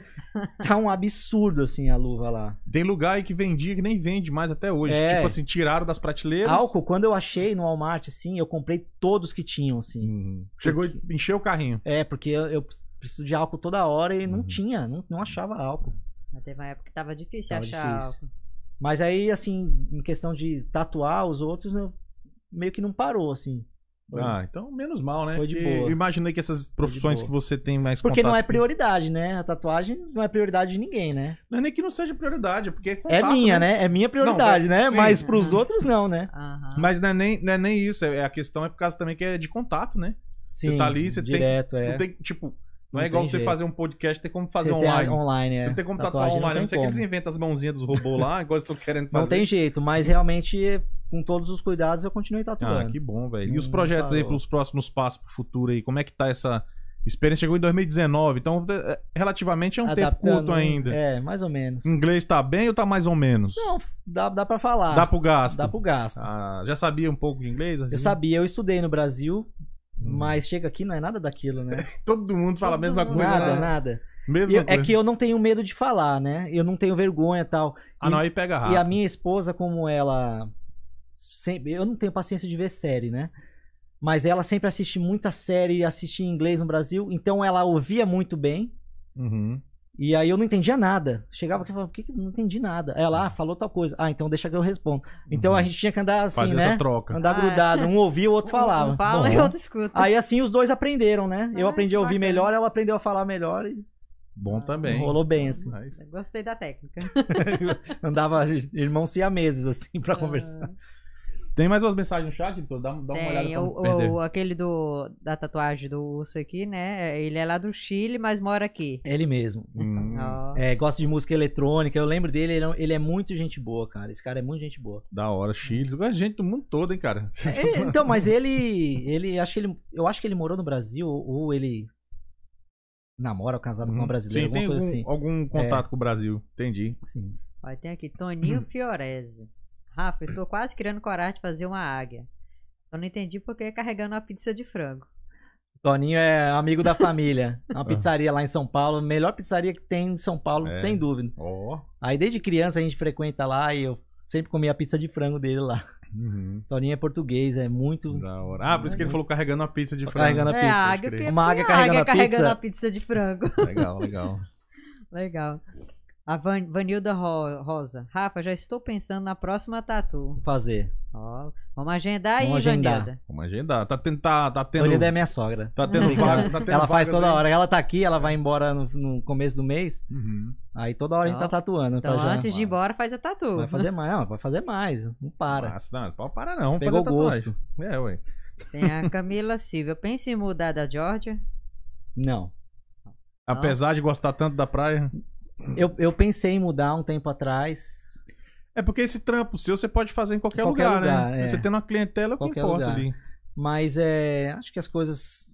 S3: tá um absurdo, assim, a luva lá.
S1: Tem lugar aí que vendia que nem vende mais até hoje.
S3: É.
S1: Tipo assim, tiraram das prateleiras.
S3: Álcool, quando eu achei no Walmart, assim, eu comprei todos que tinham, assim.
S1: Uhum. Chegou e encheu o carrinho.
S3: É, porque eu, eu preciso de álcool toda hora e não
S1: Uhum.
S3: tinha, não, não achava álcool.
S2: Mas teve uma época que tava difícil
S3: Tava
S2: achar
S3: difícil.
S2: álcool.
S3: Mas aí, assim, em questão de tatuar os outros, eu- meio que não parou, assim. Foi-
S1: Ah, então menos mal, né?
S3: Foi de
S1: Porque
S3: boa.
S1: Eu imaginei que essas profissões que
S3: boa.
S1: você tem mais
S3: Porque não
S1: contato
S3: é prioridade, né? A tatuagem não é prioridade de ninguém, né?
S1: físico- Não é nem que não seja prioridade, é porque é
S3: É
S1: contato,
S3: minha, né? É minha prioridade,
S1: Não, é-
S3: né?
S1: sim.
S3: Mas pros outros, não, né?
S2: Aham.
S1: Mas não é, nem, não é nem isso, é, a questão é por causa também que é de contato, né?
S3: Sim,
S1: tá ali, você tem-
S3: direto, é.
S1: Não tem, tipo, não,
S3: Não
S1: é igual
S3: tem
S1: você
S3: jeito.
S1: fazer um podcast, tem como fazer
S3: Você tem a-
S1: online.
S3: online é.
S1: Você não tem como tatuar
S3: Tatuagem
S1: online, a
S3: não
S1: não ser
S3: tem
S1: que eles
S3: como.
S1: inventam as mãozinhas dos robôs lá, igual eles estão querendo fazer. Uhum.
S3: Não tem jeito, mas realmente, com todos os cuidados, eu continuei
S1: Ah,
S3: tatuando.
S1: que bom, velho. E
S3: Não
S1: os projetos aí
S3: parou.
S1: pros próximos passos pro futuro aí? Como é que tá essa experiência? Chegou em 2019, então é, relativamente é um tempo curto ainda.
S3: É, mais ou menos.
S1: Inglês tá bem ou tá mais ou menos?
S3: Não, dá, dá pra falar.
S1: Dá pro gasto.
S3: Dá pro gasto.
S1: Ah, já sabia um pouco de inglês? assim?
S3: Eu sabia, eu estudei no Brasil,
S1: Hum.
S3: mas chega aqui não é nada daquilo, né?
S1: Todo mundo fala a
S2: Todo
S1: mesma
S2: mundo.
S1: coisa.
S3: Nada,
S1: né?
S3: nada. E
S1: Mesma
S3: eu- é
S1: coisa.
S3: que eu não tenho medo de falar, né? Eu não tenho vergonha e tal.
S1: Ah, não, aí pega rápido.
S3: E a minha esposa, como ela. Sempre, eu não tenho paciência de ver série, né? Mas ela sempre assiste muita série, assiste em inglês no Brasil, então ela ouvia muito bem.
S1: Uhum.
S3: E aí eu não entendia nada. Chegava aqui e falava, por que que eu não entendi nada? Ela, ah, falou tal coisa. Ah, então deixa que eu respondo. Então
S1: Uhum.
S3: a gente tinha que andar assim,
S1: Fazer
S3: né?
S1: essa troca.
S3: Andar
S2: Ah, é.
S3: grudado. Um ouvia, o outro falava.
S2: Um fala
S1: Bom.
S2: e outro escuta.
S3: Aí assim os dois aprenderam, né? Eu
S2: Ah,
S3: aprendi a ouvir
S2: bacana.
S3: melhor, ela aprendeu a falar melhor. E
S1: Bom também. É
S3: Rolou bem, assim.
S1: Mas-
S2: Eu Gostei da técnica.
S3: Andava irmãos siameses, assim, pra conversar.
S2: Ah,
S1: Tem mais umas mensagens no chat, então dá, dá uma olhada
S2: Tem
S1: pra não
S2: o,
S1: perder.
S2: o- aquele do, da tatuagem do urso aqui, né? Ele é lá do Chile, mas mora aqui.
S3: Ele mesmo.
S1: Hum,
S2: Ó.
S3: É, gosta de música eletrônica. Eu lembro dele, ele é, um- ele é muito gente boa, cara. Esse cara é muito gente boa.
S1: Da hora, Chile. Tem Gente do mundo todo, hein, cara.
S3: É, então, mas ele. ele acho que ele. Eu acho que ele morou no Brasil, ou, ou ele namora ou casado Tá com uma brasileira,
S1: Sim, tem
S3: alguma
S1: algum,
S3: coisa assim.
S1: algum contato com o Brasil. Entendi.
S3: Sim.
S2: Ó, tem aqui,
S3: Hum.
S2: Toninho Fiorese. Rafa, estou quase criando coragem de fazer uma águia. Só não entendi porque é carregando uma pizza de frango.
S3: Toninho é amigo da família. É Uma pizzaria lá em São Paulo, a melhor pizzaria que tem em São Paulo,
S1: É.
S3: sem dúvida.
S1: Ó.
S3: Aí desde criança a gente frequenta lá e eu sempre comia a pizza de frango dele lá.
S1: Uhum.
S3: Toninho é português, é muito.
S1: Da hora. Ah, por isso que ele falou carregando a pizza de frango.
S3: Tá Carregando Na a-
S2: é
S3: pizza,
S2: a
S1: pode
S2: águia,
S1: crer.
S2: porque
S3: Uma
S2: uma
S3: águia
S2: águia
S3: carregando a
S2: carregando
S3: pizza.
S2: a pizza de frango.
S1: Legal, legal.
S2: Legal. A Van- Vanilda Ro- Rosa. Rafa, já estou pensando na próxima tatu.
S3: Vamos fazer.
S2: Ó, vamos agendar aí,
S3: Vamos agendar.
S2: Vanilda.
S1: Vamos agendar. Tá tendo. Tá, tá tendo.
S3: Toninho é minha sogra.
S1: Tá tendo vaga. Tá tendo
S3: Ela faz
S1: vagas
S3: toda
S1: aí?
S3: hora. Ela tá aqui, ela vai embora no, no começo do mês.
S1: Uhum.
S3: Aí toda hora a gente tá
S2: Então-
S3: tatuando.
S2: Então,
S3: pra já-
S2: antes de ir embora, faz a tatu.
S3: Vai fazer mais, não, vai fazer mais. Não para.
S1: Massa, não, não pode parar não.
S3: Pegou
S1: Fazer tatuagem.
S3: gosto.
S1: É, ué.
S2: Tem a Camila Silva. Pensa em mudar da Georgia?
S3: Não. Ah.
S1: Apesar de gostar tanto da praia.
S3: Eu, eu pensei em mudar um tempo atrás.
S1: É porque esse trampo seu você pode fazer em qualquer,
S3: Em qualquer
S1: lugar,
S3: lugar,
S1: né?
S3: é.
S1: Você tendo uma clientela, eu
S3: Qualquer
S1: concordo
S3: lugar.
S1: ali.
S3: Mas é. Acho que as coisas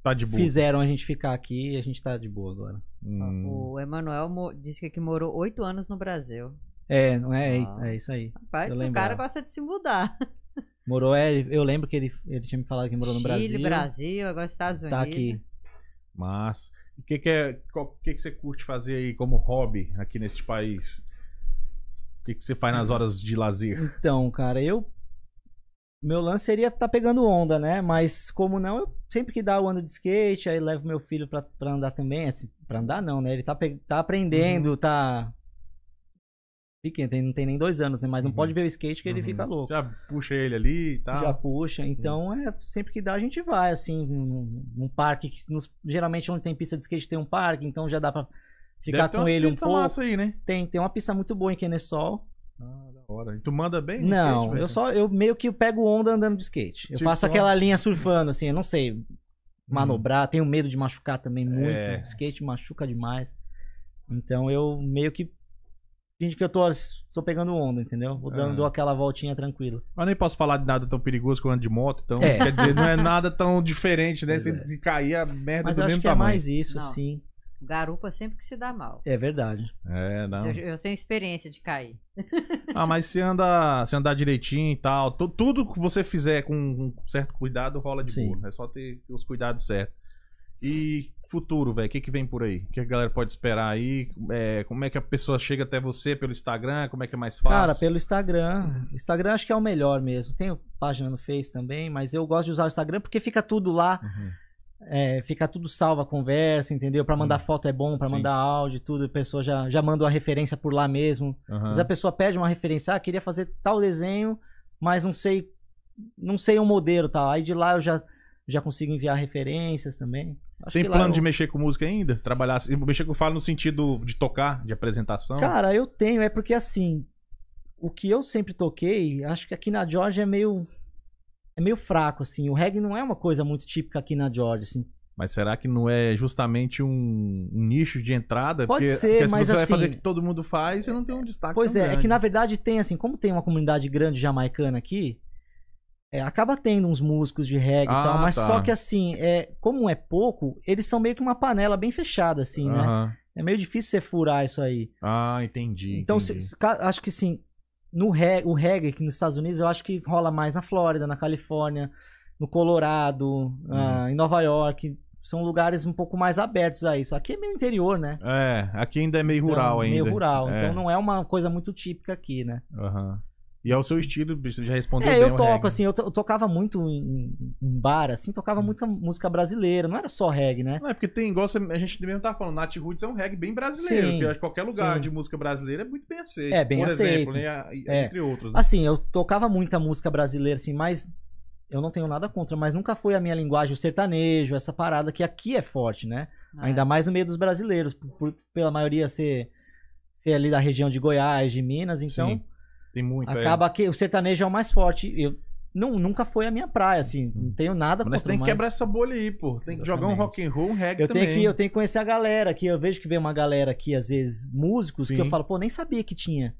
S1: Tá de boa.
S3: fizeram a gente ficar aqui e a gente tá de boa agora.
S1: Hum.
S2: O Emanuel mo- disse que morou oito anos no Brasil.
S3: É, não é,
S2: Ah.
S3: é isso aí.
S2: Rapaz,
S3: Eu
S2: o
S3: lembrava.
S2: cara gosta de se mudar.
S3: Morou, é, eu lembro que ele, ele tinha me falado que morou no
S2: Chile,
S3: Brasil.
S2: Brasil, agora Estados Unidos.
S3: Tá aqui.
S1: Mas. O que, que é. qual- O que, que você curte fazer aí como hobby aqui neste país? O que, que você faz nas
S3: Uhum.
S1: horas de lazer?
S3: Então, cara, eu. Meu lance seria estar pegando onda, né? Mas como não, eu sempre que dá eu ando de skate, aí levo meu filho pra, pra andar também. Assim, pra andar não, né? Ele tá, pe- tá aprendendo, tá. Pequeno, tem- não tem nem dois anos, né? Mas não
S1: Uhum.
S3: pode ver o skate que ele
S1: Uhum. tá.
S3: fica louco.
S1: Já puxa ele ali e
S3: Já,
S1: tal.
S3: puxa. Então é sempre que dá, a gente vai, assim, num, num parque. que nos- geralmente onde tem pista de skate tem um parque, então já dá pra ficar
S1: Deve ter
S3: com
S1: umas
S3: ele um
S1: pistas
S3: pouco.
S1: massa aí, né?
S3: Tem, tem uma pista muito boa em Kennesaw.
S1: Ah, da hora. E tu manda bem? no um skate,
S3: Não,
S1: velho?
S3: eu só eu meio que pego onda andando de skate. Eu
S1: Tipo,
S3: faço
S1: só-
S3: aquela linha surfando, assim, eu não sei
S1: Hum.
S3: manobrar, tenho medo de machucar também muito.
S1: É.
S3: Skate machuca demais. Então eu meio que finge que eu tô, tô pegando onda, entendeu? Vou dando
S1: Ah.
S3: dou aquela voltinha tranquilo.
S1: Mas nem posso falar de nada tão perigoso que eu ando de moto, então.
S3: É.
S1: Quer dizer, não é nada tão diferente, né?
S3: Pois
S1: Se
S3: é.
S1: se cair a merda
S3: Mas
S1: do
S3: eu acho
S1: mesmo
S3: que é
S1: tamanho.
S3: mais isso,
S2: Não.
S3: assim.
S2: O garupa sempre que se dá mal.
S3: É verdade.
S1: É, não.
S2: Eu, eu tenho experiência de cair.
S1: Ah, mas se andar, se andar direitinho e tal, tu- tudo que você fizer com um certo cuidado rola de
S3: Sim.
S1: boa. É só ter os cuidados certos. E futuro, velho, o que, que vem por aí? O que a galera pode esperar aí? É, como é que a pessoa chega até você pelo Instagram? Como é que é mais fácil?
S3: Cara, pelo Instagram. Instagram acho que é o melhor mesmo. Tenho página no Face também, mas eu gosto de usar o Instagram porque fica tudo lá.
S1: Uhum.
S3: É, fica tudo salvo a conversa, entendeu? Pra mandar foto é bom, pra
S1: Hum. Sim.
S3: mandar áudio, tudo. A pessoa já, já manda uma referência por lá mesmo.
S1: Uhum. Aham.
S3: Às vezes a pessoa pede uma referência, ah, queria fazer tal desenho, mas não sei não sei um modelo tal. Aí de lá eu já, já consigo enviar referências também. Acho
S1: Tem
S3: que lá
S1: plano
S3: eu-
S1: de mexer com música ainda? Trabalhar assim? Mexer com falo no sentido de tocar, de apresentação?
S3: Cara, eu tenho, é porque assim, o que eu sempre toquei, acho que aqui na Georgia é meio. É meio fraco, assim. O reggae não é uma coisa muito típica aqui na Georgia, assim.
S1: Mas será que não é justamente um, um nicho de entrada?
S3: Pode
S1: porque,
S3: ser,
S1: porque se
S3: mas
S1: você vai
S3: assim-
S1: fazer o que todo mundo faz, você não tem um destaque.
S3: Pois
S1: tão
S3: é, é
S1: grande.
S3: que na verdade tem assim, como tem uma comunidade grande jamaicana aqui, é, acaba tendo uns músicos de reggae
S1: Ah,
S3: e tal, mas
S1: tá.
S3: só que assim, é, como é pouco, eles são meio que uma panela bem fechada, assim, né?
S1: Aham.
S3: É meio difícil você furar isso aí.
S1: Ah, entendi.
S3: Então, se-
S1: entendi.
S3: se ca- acho que sim, no reggae, o reggae aqui nos Estados Unidos, eu acho que rola mais na Flórida, na Califórnia, no Colorado,
S1: Hum.
S3: ah, em Nova York. São lugares um pouco mais abertos a isso. Aqui é meio interior, né?
S1: É, aqui ainda é meio
S3: Então,
S1: rural ainda.
S3: Meio rural.
S1: É,
S3: Então não é uma coisa muito típica aqui, né?
S1: aham. E é o seu estilo, você já respondeu
S3: É,
S1: bem
S3: eu
S1: o
S3: toco,
S1: um reggae. Hum.
S3: assim, eu, to- eu tocava muito em, em bar, assim, tocava muita música brasileira, não era só reggae, né?
S1: Não, é porque tem, igual você- a gente mesmo tava falando, Nat Roots é um reggae bem brasileiro,
S3: Sim,
S1: que eu acho que qualquer lugar
S3: sim.
S1: de música brasileira é muito bem aceito.
S3: É, bem
S1: Por exemplo,
S3: aceito.
S1: né, a-
S3: É.
S1: entre outros. né?
S3: Assim, eu tocava muita música brasileira, assim, mas eu não tenho nada contra, mas nunca foi a minha linguagem, o sertanejo, essa parada que aqui é forte, né?
S1: Ah, é.
S3: Ainda mais no meio dos brasileiros, por- por- pela maioria ser, ser ali da região de Goiás, de Minas, então
S1: Sim, Tem muito. é.
S3: acaba que o sertanejo é o mais forte. Eu, não, nunca foi a minha praia, assim, não tenho nada
S1: Hum. Mas tem que
S3: mas
S1: quebrar essa bolha aí, pô. Tem que jogar um
S3: Exatamente.
S1: rock and roll, um reggae
S3: Eu
S1: também.
S3: tenho, que, eu tenho que conhecer a galera aqui. Eu vejo que vem uma galera aqui, às vezes, músicos,
S1: Sim.
S3: que eu falo, pô, nem sabia que tinha.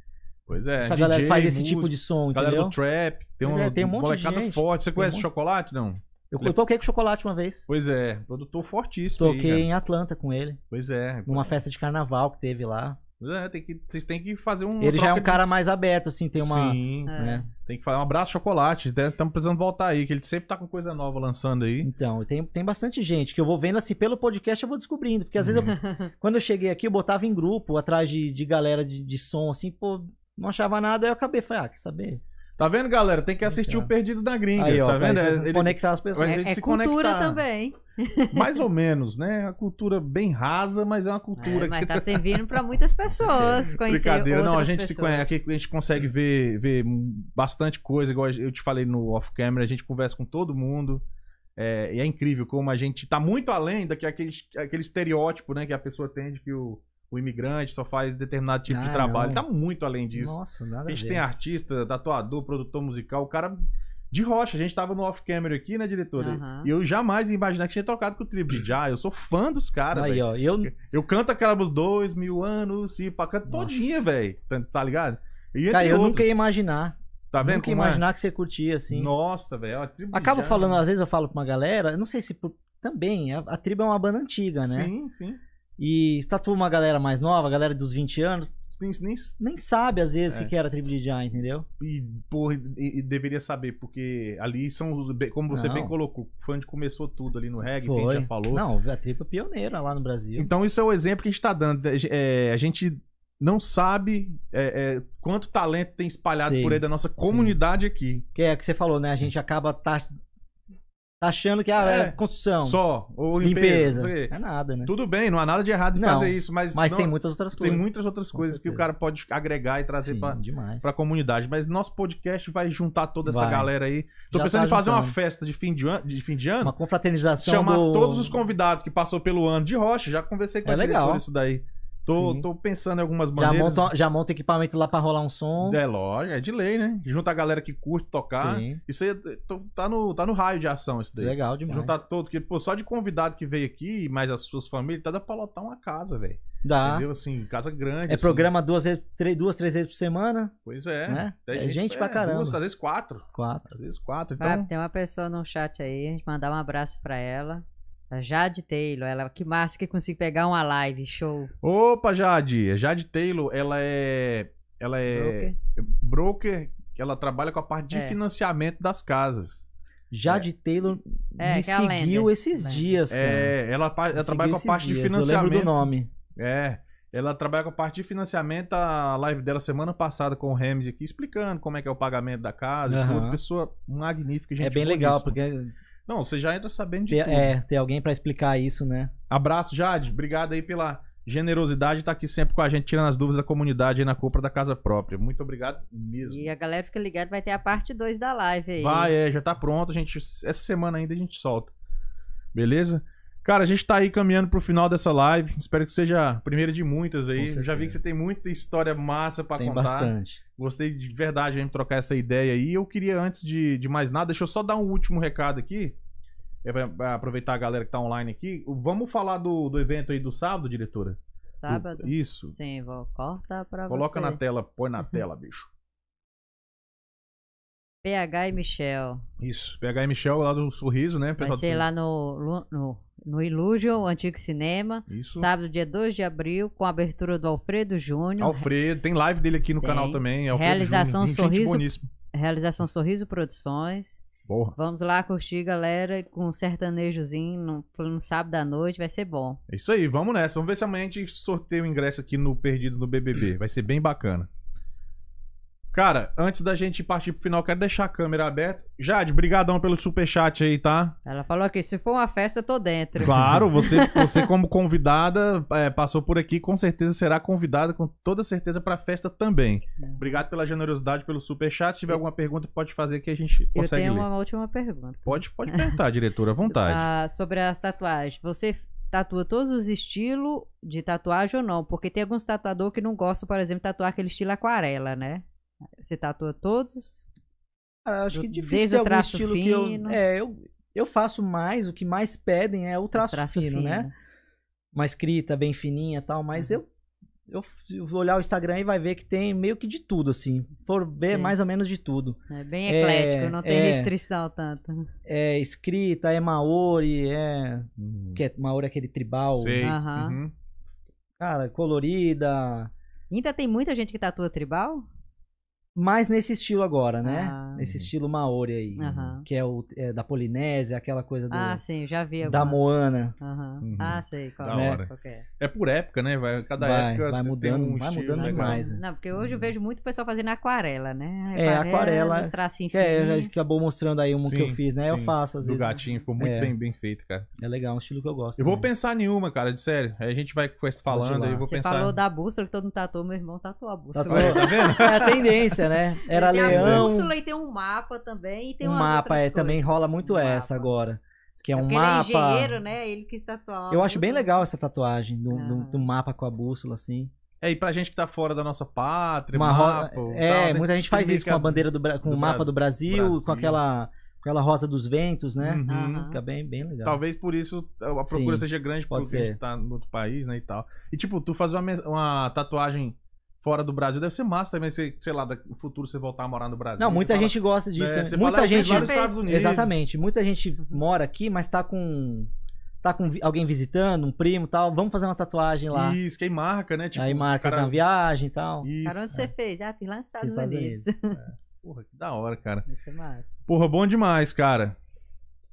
S1: Pois é.
S3: Essa
S1: DJ,
S3: galera que faz esse
S1: músico,
S3: tipo de som,
S1: Galera
S3: entendeu?
S1: do trap, tem,
S3: Pois
S1: um,
S3: é, tem um monte de
S1: molecada
S3: gente.
S1: forte. Você
S3: Tem
S1: conhece
S3: um monte.
S1: chocolate, não?
S3: Eu, eu toquei com chocolate uma vez.
S1: Pois é, produtor fortíssimo. aí,
S3: Toquei
S1: cara.
S3: em Atlanta com ele,
S1: Pois é.
S3: numa festa de carnaval que teve lá.
S1: Pois é, tem que, vocês têm que fazer um.
S3: ele já é um
S1: troca de-
S3: cara mais aberto, assim, tem uma.
S1: Sim,
S2: É.
S3: né?
S1: tem que falar um abraço, chocolate. Estamos precisando voltar aí, que ele sempre tá com coisa nova lançando aí.
S3: Então, tem, tem bastante gente que eu vou vendo assim pelo podcast, eu vou descobrindo. Porque às vezes, eu, quando eu cheguei aqui, eu botava em grupo, atrás de, de galera de, de som, assim, pô, não achava nada, aí eu acabei, falei, ah, quer saber?
S1: Tá vendo, galera? Tem que assistir
S3: Então.
S1: o Perdidos da Gringa.
S3: Aí, ó, um
S1: tá vendo?
S3: pra isso,
S1: É, ele-
S3: conectar as pessoas.
S1: Mas tem que
S2: É, é
S1: se
S2: cultura
S1: conectar.
S2: também.
S1: Mais ou menos, né? A cultura bem rasa, mas é uma cultura
S2: É, mas
S1: que
S2: tá servindo pra muitas pessoas conhecer
S1: Brincadeira, não, a
S2: outras
S1: gente se
S2: pessoas.
S1: conhece, aqui a gente consegue ver, ver bastante coisa, igual eu te falei no off-camera, a gente conversa com todo mundo. É, e é incrível como a gente tá muito além daquele aquele estereótipo, né, que a pessoa tem de que o, o imigrante só faz determinado tipo de
S3: Ah,
S1: trabalho.
S3: não.
S1: Tá muito além disso.
S3: Nossa, nada
S1: a gente
S3: a ver.
S1: tem artista, tatuador, produtor musical, o cara de rocha. A gente tava no off-camera aqui, né, diretora?
S2: Aham.
S1: E eu jamais ia imaginar que tinha tocado com o Tribo de Já. Eu sou fã dos caras,
S3: Aí,
S1: velho.
S3: ó, eu
S1: Eu canto aquela dos dois mil anos e pra canto
S3: Nossa.
S1: todinha, velho. Tá, tá ligado? E entre
S3: Cara, eu
S1: outros.
S3: nunca ia imaginar.
S1: Tá vendo
S3: nunca ia
S1: como é?
S3: imaginar que você curtia, assim.
S1: Nossa, velho. ó, a tribo
S3: Acabo
S1: já- né?
S3: falando, às vezes eu falo pra uma galera, eu não sei se por- também, a, a tribo é uma banda antiga, né?
S1: Sim, sim.
S3: E tatua uma galera mais nova, a galera dos 20 anos,
S1: Nem, nem,
S3: nem sabe às vezes
S1: É.
S3: o que que era a tribo de Jah, entendeu?
S1: e, porra, e, e deveria saber, porque ali são os. be- Como você
S3: Não.
S1: bem colocou, foi onde começou tudo ali no reggae, que a
S3: Foi.
S1: gente já falou.
S3: Não, a tribo é pioneira lá no Brasil.
S1: Então, isso é o exemplo que a gente tá dando. É, a gente não sabe é, é, quanto talento tem espalhado
S3: Sim.
S1: por aí da nossa comunidade aqui.
S3: Que é o que você falou, né? A gente acaba tá, tá achando que ah,
S1: É.
S3: é construção,
S1: Só. Ou limpeza.
S3: limpeza.
S1: não sei o quê.
S3: É nada, né?
S1: Tudo bem, não há nada de errado em
S3: Não,
S1: fazer isso, mas,
S3: Mas
S1: não-
S3: tem muitas outras
S1: tem
S3: coisas.
S1: muitas outras
S3: Com
S1: coisas que o
S3: certeza.
S1: cara pode agregar e trazer
S3: Sim,
S1: pra,
S3: demais.
S1: pra comunidade. Mas nosso podcast vai juntar toda essa
S3: Vai.
S1: galera aí. Tô
S3: Já
S1: pensando
S3: tá
S1: em fazer uma
S3: juntando.
S1: festa de fim de, an- de fim de ano,
S3: Uma confraternização
S1: chamar
S3: do...
S1: todos os convidados que passou pelo ano de rocha. Já conversei com
S3: É
S1: a diretora
S3: legal.
S1: isso daí. Tô,
S3: Sim.
S1: tô pensando em algumas
S3: Já
S1: maneiras.
S3: monta, um, já monta equipamento lá pra rolar um som.
S1: É lógico, é de lei, né? Junta a galera que curte tocar.
S3: Sim,
S1: Isso aí tô- tá no, tá no raio de ação isso daí.
S3: legal demais.
S1: Juntar todo, que pô, só de convidado que veio aqui, mais as suas famílias, tá dá pra lotar uma casa, velho.
S3: Dá.
S1: Entendeu? Assim, casa grande.
S3: Tá. É
S1: assim.
S3: programa duas, vezes- três, duas, três vezes por semana,
S1: Pois é.
S3: né?
S1: Tem
S3: É gente, pra
S1: é,
S3: caramba.
S1: Duas, às vezes quatro.
S3: Quatro.
S1: Às vezes quatro. Então,
S2: Fábio, tem uma pessoa no chat aí, a gente mandar um abraço pra ela. A Jade Taylor, ela, que massa que consigo pegar uma live, show.
S1: Opa, Jade. A Jade Taylor, ela é. Ela é
S2: Broker.
S1: broker, que ela trabalha com a parte de
S2: É.
S1: financiamento das casas.
S3: Jade Taylor
S2: É,
S3: me
S2: que é a lenda.
S3: seguiu esses
S2: Lenda.
S3: dias, cara.
S1: É, ela, pa-
S3: Me
S1: ela
S3: seguiu
S1: trabalha com a
S3: esses
S1: parte de
S3: dias, Eu lembro do
S1: financiamento.
S3: nome.
S1: É. Ela trabalha com a parte de financiamento. A live dela semana passada com o Remes aqui, explicando como é que é o pagamento da casa. e
S3: Aham.
S1: Tudo. Pessoa magnífica, gente.
S3: É bem
S1: boníssima.
S3: legal, porque
S1: Não, você já entra sabendo de
S3: ter,
S1: tudo.
S3: é, ter alguém pra explicar isso, né?
S1: Abraço, Jade. Obrigado aí pela generosidade, tá aqui sempre com a gente, tirando as dúvidas da comunidade aí na compra da casa própria. Muito obrigado mesmo.
S2: E a galera fica ligada, vai ter a parte 2 da live aí.
S1: Vai, é, já tá pronto. A gente, essa semana ainda a gente solta. Beleza? Cara, a gente tá aí caminhando pro final dessa live. Espero que seja a primeira de muitas aí.
S3: Com
S1: Eu já vi
S3: certeza.
S1: que você tem muita história massa pra
S3: Tem
S1: contar.
S3: bastante.
S1: Gostei de verdade de trocar essa ideia aí. Eu queria, antes de, de mais nada, deixa eu só dar um último recado aqui. É pra- pra aproveitar a galera que tá online aqui. Vamos falar do, do evento aí do sábado, diretora?
S2: Sábado.
S1: Isso.
S2: Sim, vou corta pra
S1: Coloca
S2: você. Uhum.
S1: na tela, põe na tela, bicho.
S2: PH e Michel.
S1: Isso. PH e Michel lá do Sorriso, né?
S2: Vai
S1: pessoal do
S2: ser lá no, Lu- no, no Illusion, o antigo cinema.
S1: Sorriso. Isso.
S2: Sábado, dia 2 de abril, com a abertura do Alfredo Júnior.
S1: Alfredo, tem live dele aqui no
S2: Tem.
S1: canal também. Alfredo
S2: Realização
S1: Júnior, gente
S2: Sorriso.
S1: boníssima.
S2: Realização Sorriso Produções.
S1: Porra,
S2: Vamos lá curtir, galera, com um sertanejozinho no, no sábado à noite, vai ser bom.
S1: é isso aí, vamos nessa. Vamos ver se amanhã a gente sorteia o ingresso aqui no Perdidos no BBB. Vai ser bem bacana. Cara, antes da gente partir pro final, quero deixar a câmera aberta. Jade, brigadão pelo superchat aí, tá?
S2: Ela falou que se for uma festa, eu tô dentro.
S1: Claro, você, você como convidada é, passou por aqui, com certeza será convidada com toda certeza pra festa também.
S2: É.
S1: Obrigado pela generosidade, pelo superchat. Se tiver alguma pergunta, pode fazer que a gente
S2: Eu
S1: consegue
S2: tenho
S1: ler.
S2: uma última pergunta.
S1: Pode, pode perguntar, diretora, à vontade.
S2: Ah, sobre as tatuagens. Você tatua todos os estilos de tatuagem ou não? Porque tem alguns tatuador que não gostam, por exemplo, de tatuar aquele estilo aquarela, né? Você tatua todos?
S3: Cara, eu acho
S2: Do-
S3: que
S2: desde
S3: difícil
S2: o
S3: ter algum
S2: traço
S3: estilo que eu.
S2: fino.
S3: É, eu, eu faço mais, o que mais pedem é o traço, fino, né? Uma escrita bem fininha e tal,
S2: Uhum.
S3: mas eu. Eu eu vou olhar o Instagram e vai ver que tem meio que de tudo, assim. For ver
S2: Sim.
S3: mais ou menos de tudo.
S2: É bem
S3: É,
S2: eclético, não tem
S3: é.
S2: restrição tanto.
S3: É escrita, é maori, é.
S1: Hum,
S3: Que é, maori é aquele tribal.
S1: Sei.
S2: Aham.
S1: Uhum.
S3: Cara, colorida.
S2: Ainda tem muita gente que tatua tribal?
S3: Mais nesse estilo agora, né?
S2: Ah.
S3: Nesse estilo maori aí.
S2: Aham.
S3: Que é, o, é da Polinésia, aquela coisa do-
S2: Ah, sim, já vi
S3: da
S2: algumas.
S3: Moana.
S2: Aham.
S1: Uhum.
S2: Ah, sei qual
S1: Da
S2: é.
S1: hora.
S2: Qual que é.
S1: É por época, né? Vai, cada
S3: Vai,
S1: época
S3: vai
S1: você
S3: mudando,
S1: tem um
S3: vai
S1: estilo
S3: mudando
S1: legal.
S3: demais, né?
S2: Não, porque hoje eu vejo muito o pessoal fazendo aquarela, né?
S3: É, aquarela,
S2: Os tracinhos
S3: Que é,
S2: fininhos.
S3: acabou mostrando aí uma que
S1: Sim,
S3: eu fiz, né?
S1: sim.
S3: Eu faço às
S1: Do
S3: vezes.
S1: gatinho, ficou muito
S3: É.
S1: bem, bem feito, cara.
S3: É legal, é um estilo que eu gosto.
S1: Eu vou
S3: também.
S1: pensar em uma, cara, de sério. Aí a gente vai com esse
S3: Vou te
S1: falando,
S3: lá.
S1: aí eu vou
S2: Você
S1: pensar.
S2: falou da bússola que todo mundo tatuou, meu irmão tatuou a bússola.
S3: Tatuou.
S1: Aí, tá vendo?
S3: É a tendência, né? Era
S2: tem a
S3: leão,
S2: bússola e tem um mapa também. E tem
S3: um
S2: umas
S3: mapa,
S2: outras
S3: é, também
S2: coisas.
S3: rola muito
S2: Um
S3: essa
S2: mapa.
S3: agora. Que é um
S2: Porque
S3: mapa.
S2: Ele é engenheiro, né? Ele quis tatuar. a
S3: Eu acho bem
S2: bússola.
S3: legal essa tatuagem do, do-
S2: Aham.
S3: do mapa com a bússola, assim.
S1: É, e pra gente que tá fora da nossa pátria,
S3: Uma roda-
S1: mapa, o tal,
S3: É,
S1: né?
S3: muita gente faz
S1: meio
S3: isso
S1: que
S3: com
S1: a-
S3: a bandeira do Bra- com
S1: do
S3: o mapa
S1: Brasil.
S3: do Brasil,
S1: Brasil.
S3: com aquela com aquela rosa dos ventos, né?
S1: Uhum.
S2: Aham.
S3: Fica bem, bem legal.
S1: Talvez por isso a procura
S3: Sim,
S1: seja grande
S3: pode
S1: porque a gente
S3: ser.
S1: tá no outro país, né, e tal. E tipo, tu fazer uma, mes- uma tatuagem fora do Brasil deve ser massa também, você, sei lá, da- no futuro você voltar a morar no Brasil.
S3: Não,
S1: você
S3: muita
S1: fala,
S3: gente gosta
S1: né,
S3: disso. né?
S1: você
S3: Muita
S1: fala, "Eu fiz
S3: gente
S1: lá nos
S2: fez-
S1: Estados Unidos.
S3: Exatamente. Muita gente
S2: Uhum.
S3: mora aqui, mas tá com. tá com vi- alguém visitando, um primo e tal. Vamos fazer uma tatuagem lá.
S1: Isso, que aí marca, né? Tipo,
S3: aí
S1: o
S3: marca
S1: cara-
S3: na viagem e tal.
S1: Isso.
S2: Cara, onde você fez? Ah, fiz lá nos Estados
S3: Estados
S2: Unidos.
S1: Porra, que da hora, cara.
S2: Isso é massa.
S1: Porra, bom demais, cara.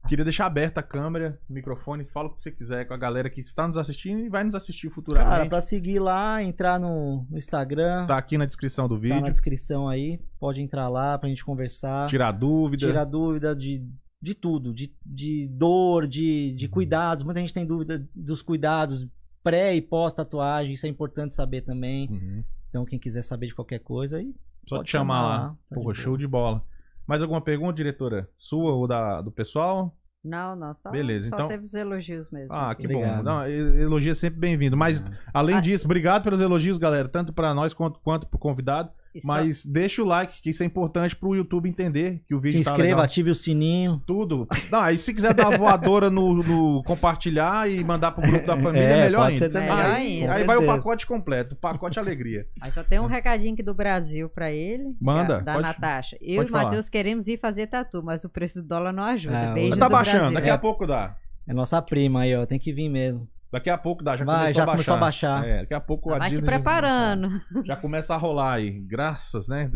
S1: Queria deixar aberta a câmera, o microfone, fala o que você quiser com a galera que está nos assistindo e vai nos assistir futuramente.
S3: Cara, pra seguir lá, entrar no, no Instagram, tá,
S1: Tá aqui na descrição do
S3: na
S1: vídeo.
S3: descrição aí. Pode entrar lá pra gente conversar.
S1: Tirar dúvida. né?
S3: Tirar dúvida de, de tudo, de, de dor, de,
S1: Uhum.
S3: de cuidados. Muita gente tem dúvida dos cuidados pré e pós tatuagem, isso é importante saber também.
S1: Uhum.
S3: Então, quem quiser saber de qualquer coisa aí,
S1: Só
S3: Pode
S1: te chamar,
S3: chamar
S1: lá.
S3: lá, tá
S1: Porra,
S3: de
S1: show de bola. Mais alguma pergunta, diretora? Sua ou da, do pessoal?
S2: Não, não, só,
S1: Beleza,
S2: só
S1: então-
S2: teve os elogios mesmo.
S1: Ah, que bom.
S3: Obrigado.
S1: Não, e- elogio é sempre bem-vindo. Mas, além
S2: Ah.
S1: disso, obrigado pelos elogios, galera. Tanto pra nós quanto, quanto pro convidado.
S2: E só-
S1: Mas deixa o like, que isso é importante pro YouTube entender que o vídeo
S3: se
S1: tá
S3: inscreva,
S1: legal.
S3: ative o sininho.
S1: Tudo. Não, aí se quiser dar voadora no, no compartilhar e mandar pro grupo da família, é, melhor ainda.
S2: também.
S1: Melhor
S2: ainda.
S3: com
S1: Aí vai o
S3: certeza.
S1: pacote completo, o pacote alegria.
S2: Aí só tem um recadinho aqui do Brasil pra ele. é
S1: Manda,
S2: Da
S1: pode-
S2: Natasha. Eu
S1: pode
S2: e o Matheus queremos ir fazer tatu, mas o preço do dólar não ajuda.
S3: Ah,
S2: Beijos
S1: tá
S2: do
S1: baixando,
S2: Brasil.
S1: daqui a pouco dá.
S3: É nossa prima aí, ó. Tem que vir mesmo.
S1: Daqui a pouco dá, já
S3: Vai,
S1: começou
S3: já
S1: a baixar.
S3: começou a baixar.
S1: É, daqui a pouco a
S2: Tá, Vai se
S1: Disney já-
S2: preparando.
S1: Já começa a rolar aí. Graças, né?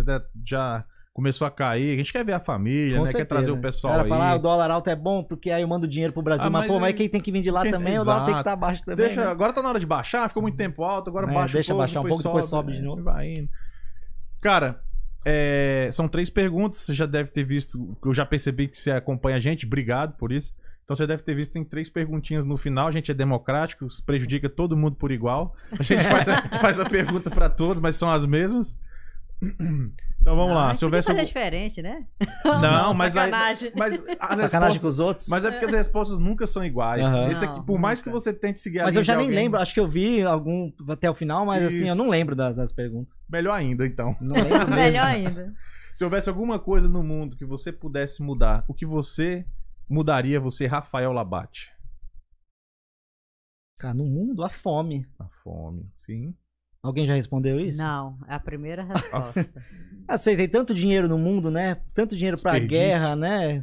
S1: Já começou a cair. A gente quer ver a família,
S3: Com
S1: né? Quer
S3: certeza.
S1: trazer o pessoal
S3: cara
S1: aí.
S3: falar, ah, o dólar alto é bom, porque aí eu mando dinheiro pro Brasil.
S1: Ah,
S3: mas,
S1: mas
S3: pô,
S1: aí-
S3: mas quem tem que vir de lá
S1: Quem-
S3: também, o dólar tem que
S1: Exato.
S3: estar baixo também.
S1: Deixa,
S3: né?
S1: agora tá na hora de baixar, ficou muito tempo alto, agora
S3: É,
S1: baixa
S3: deixa
S1: um pouco,
S3: baixar um pouco, depois sobe
S1: né?
S3: de novo.
S1: Vai indo. Cara, é, são três perguntas, você já deve ter visto, eu já percebi que você acompanha a gente, obrigado por isso. Então você deve ter visto, tem três perguntinhas no final, a gente é democrático, isso prejudica todo mundo por igual. A gente faz a, faz a pergunta pra todos, mas são as mesmas. Então vamos lá,
S2: Ah,
S1: se
S2: podia
S1: houvesse...
S2: fazer
S1: algum-
S2: diferente, né?
S1: Não, mas aí...
S2: Sacanagem.
S1: Mas as
S3: Sacanagem com
S1: respostas-
S3: os outros. Mas,
S1: Mas é porque as respostas nunca são iguais.
S3: Aham.
S1: Esse aqui, por
S2: Não,
S1: mais que
S2: nunca.
S1: você tente seguir a
S3: eu
S1: linha
S3: já
S1: de
S3: nem
S1: alguém,
S3: lembro. Acho que eu vi algum até o final, mas assim, eu
S1: Isso.
S3: não lembro das, das perguntas.
S1: Melhor ainda, então.
S3: Não lembro mesmo.
S2: Melhor ainda.
S1: Se houvesse alguma coisa no mundo que você pudesse mudar, o que você mudaria, você, Rafael Labate?
S3: Cara, no mundo, a fome.
S1: A fome, sim.
S3: Alguém já respondeu isso?
S2: Não, é a primeira resposta.
S3: Ah, sei, tem tanto dinheiro no mundo, né? Tanto dinheiro pra
S1: Desperdício.
S3: guerra, né?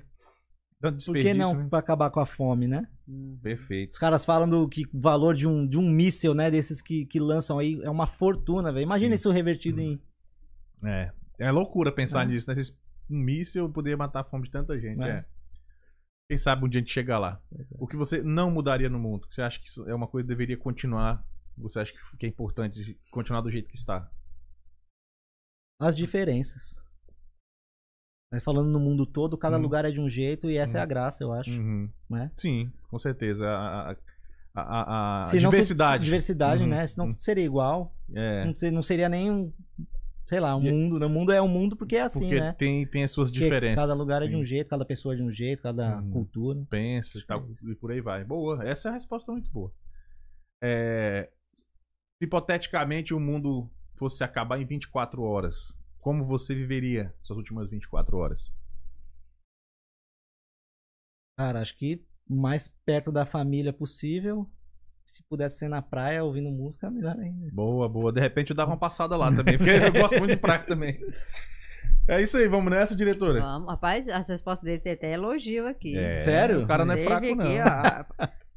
S1: Tanto
S3: Por que
S1: desperdício,
S3: não
S1: né?
S3: pra acabar com a fome, né?
S2: Hum.
S1: Perfeito.
S3: Os caras falam do que o valor de um, de um míssel, né? Desses que, que lançam aí. É uma fortuna, velho. Imagina
S1: Sim.
S3: isso revertido em.
S1: É, é loucura pensar
S3: É.
S1: nisso, né? Esses- Um míssil poderia matar a fome de tanta gente, é.
S3: É.
S1: Quem sabe um dia a gente chegar lá.
S3: Pois é.
S1: O que você não mudaria no mundo? Que você acha que isso é uma coisa que deveria continuar? Você acha que é importante continuar do jeito que está?
S3: as diferenças. Mas falando no mundo todo, cada
S1: Hum.
S3: lugar é de um jeito e essa é a graça, eu acho.
S1: Uhum.
S3: Né?
S1: Sim, com certeza. A, a- a- a- a
S3: Senão tu-
S1: diversidade.
S3: diversidade,
S1: Uhum.
S3: né? Senão
S1: Uhum.
S3: seria igual.
S1: É.
S3: Não, se- não seria nem um, sei lá, um
S1: E-
S3: mundo. né? O mundo é um mundo porque é assim,
S1: porque
S3: né?
S1: tem, tem as suas
S3: Porque
S1: diferenças.
S3: Cada lugar é de
S1: Sim.
S3: um jeito, cada pessoa é de um jeito, cada
S1: Uhum.
S3: cultura.
S1: pensa e tal, e por aí vai. Boa, essa é a resposta muito boa. É, se hipoteticamente o mundo fosse acabar em 24 horas, como você viveria suas últimas 24 horas?
S3: Cara, acho que o mais perto da família possível. Se pudesse ser na praia ouvindo música, melhor ainda.
S1: Boa, boa. De repente eu dava uma passada lá também, porque eu gosto muito de praia também. É isso aí, vamos nessa, diretora?
S2: Vamos, rapaz, as respostas dele tem até elogio aqui.
S1: É,
S4: Sério?
S1: O cara não é
S2: Teve
S1: fraco, não.
S2: aqui, ó, a-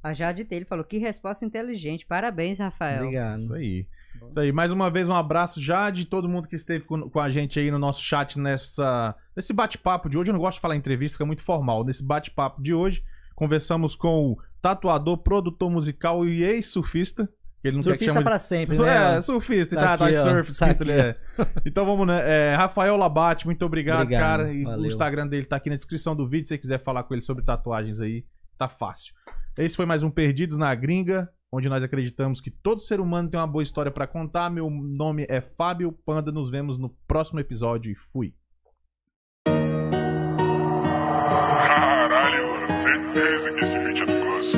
S2: a Jade Taylor falou que resposta inteligente. Parabéns, Rafael.
S3: Obrigado.
S1: Isso aí. Isso aí. Mais uma vez, um abraço já de todo mundo que esteve com, com a gente aí no nosso chat nessa, nesse bate-papo de hoje. Eu não gosto de falar entrevista, que é muito formal. Nesse bate-papo de hoje, conversamos com o tatuador, produtor musical e ex-surfista. que Ele não quer que
S3: Surfista
S1: chame...
S3: pra sempre,
S1: Su-
S3: né?
S1: É, surfista, tá,
S3: Tá
S1: tá,
S3: aqui, ó.
S1: surf,
S3: Tá
S1: escrito ali, é. Então vamos, né? É, Rafael Labate, muito obrigado,
S3: Obrigado,
S1: cara. E o
S3: valeu.
S1: Instagram dele tá aqui na descrição do vídeo. Se você quiser falar com ele sobre tatuagens aí, tá fácil. Esse foi mais um Perdidos na Gringa, onde nós acreditamos que todo ser humano tem uma boa história pra contar. Meu nome é Fábio Panda. Nos vemos no próximo episódio e fui.
S5: Caralho, mano, certeza que esse vídeo é do gosto.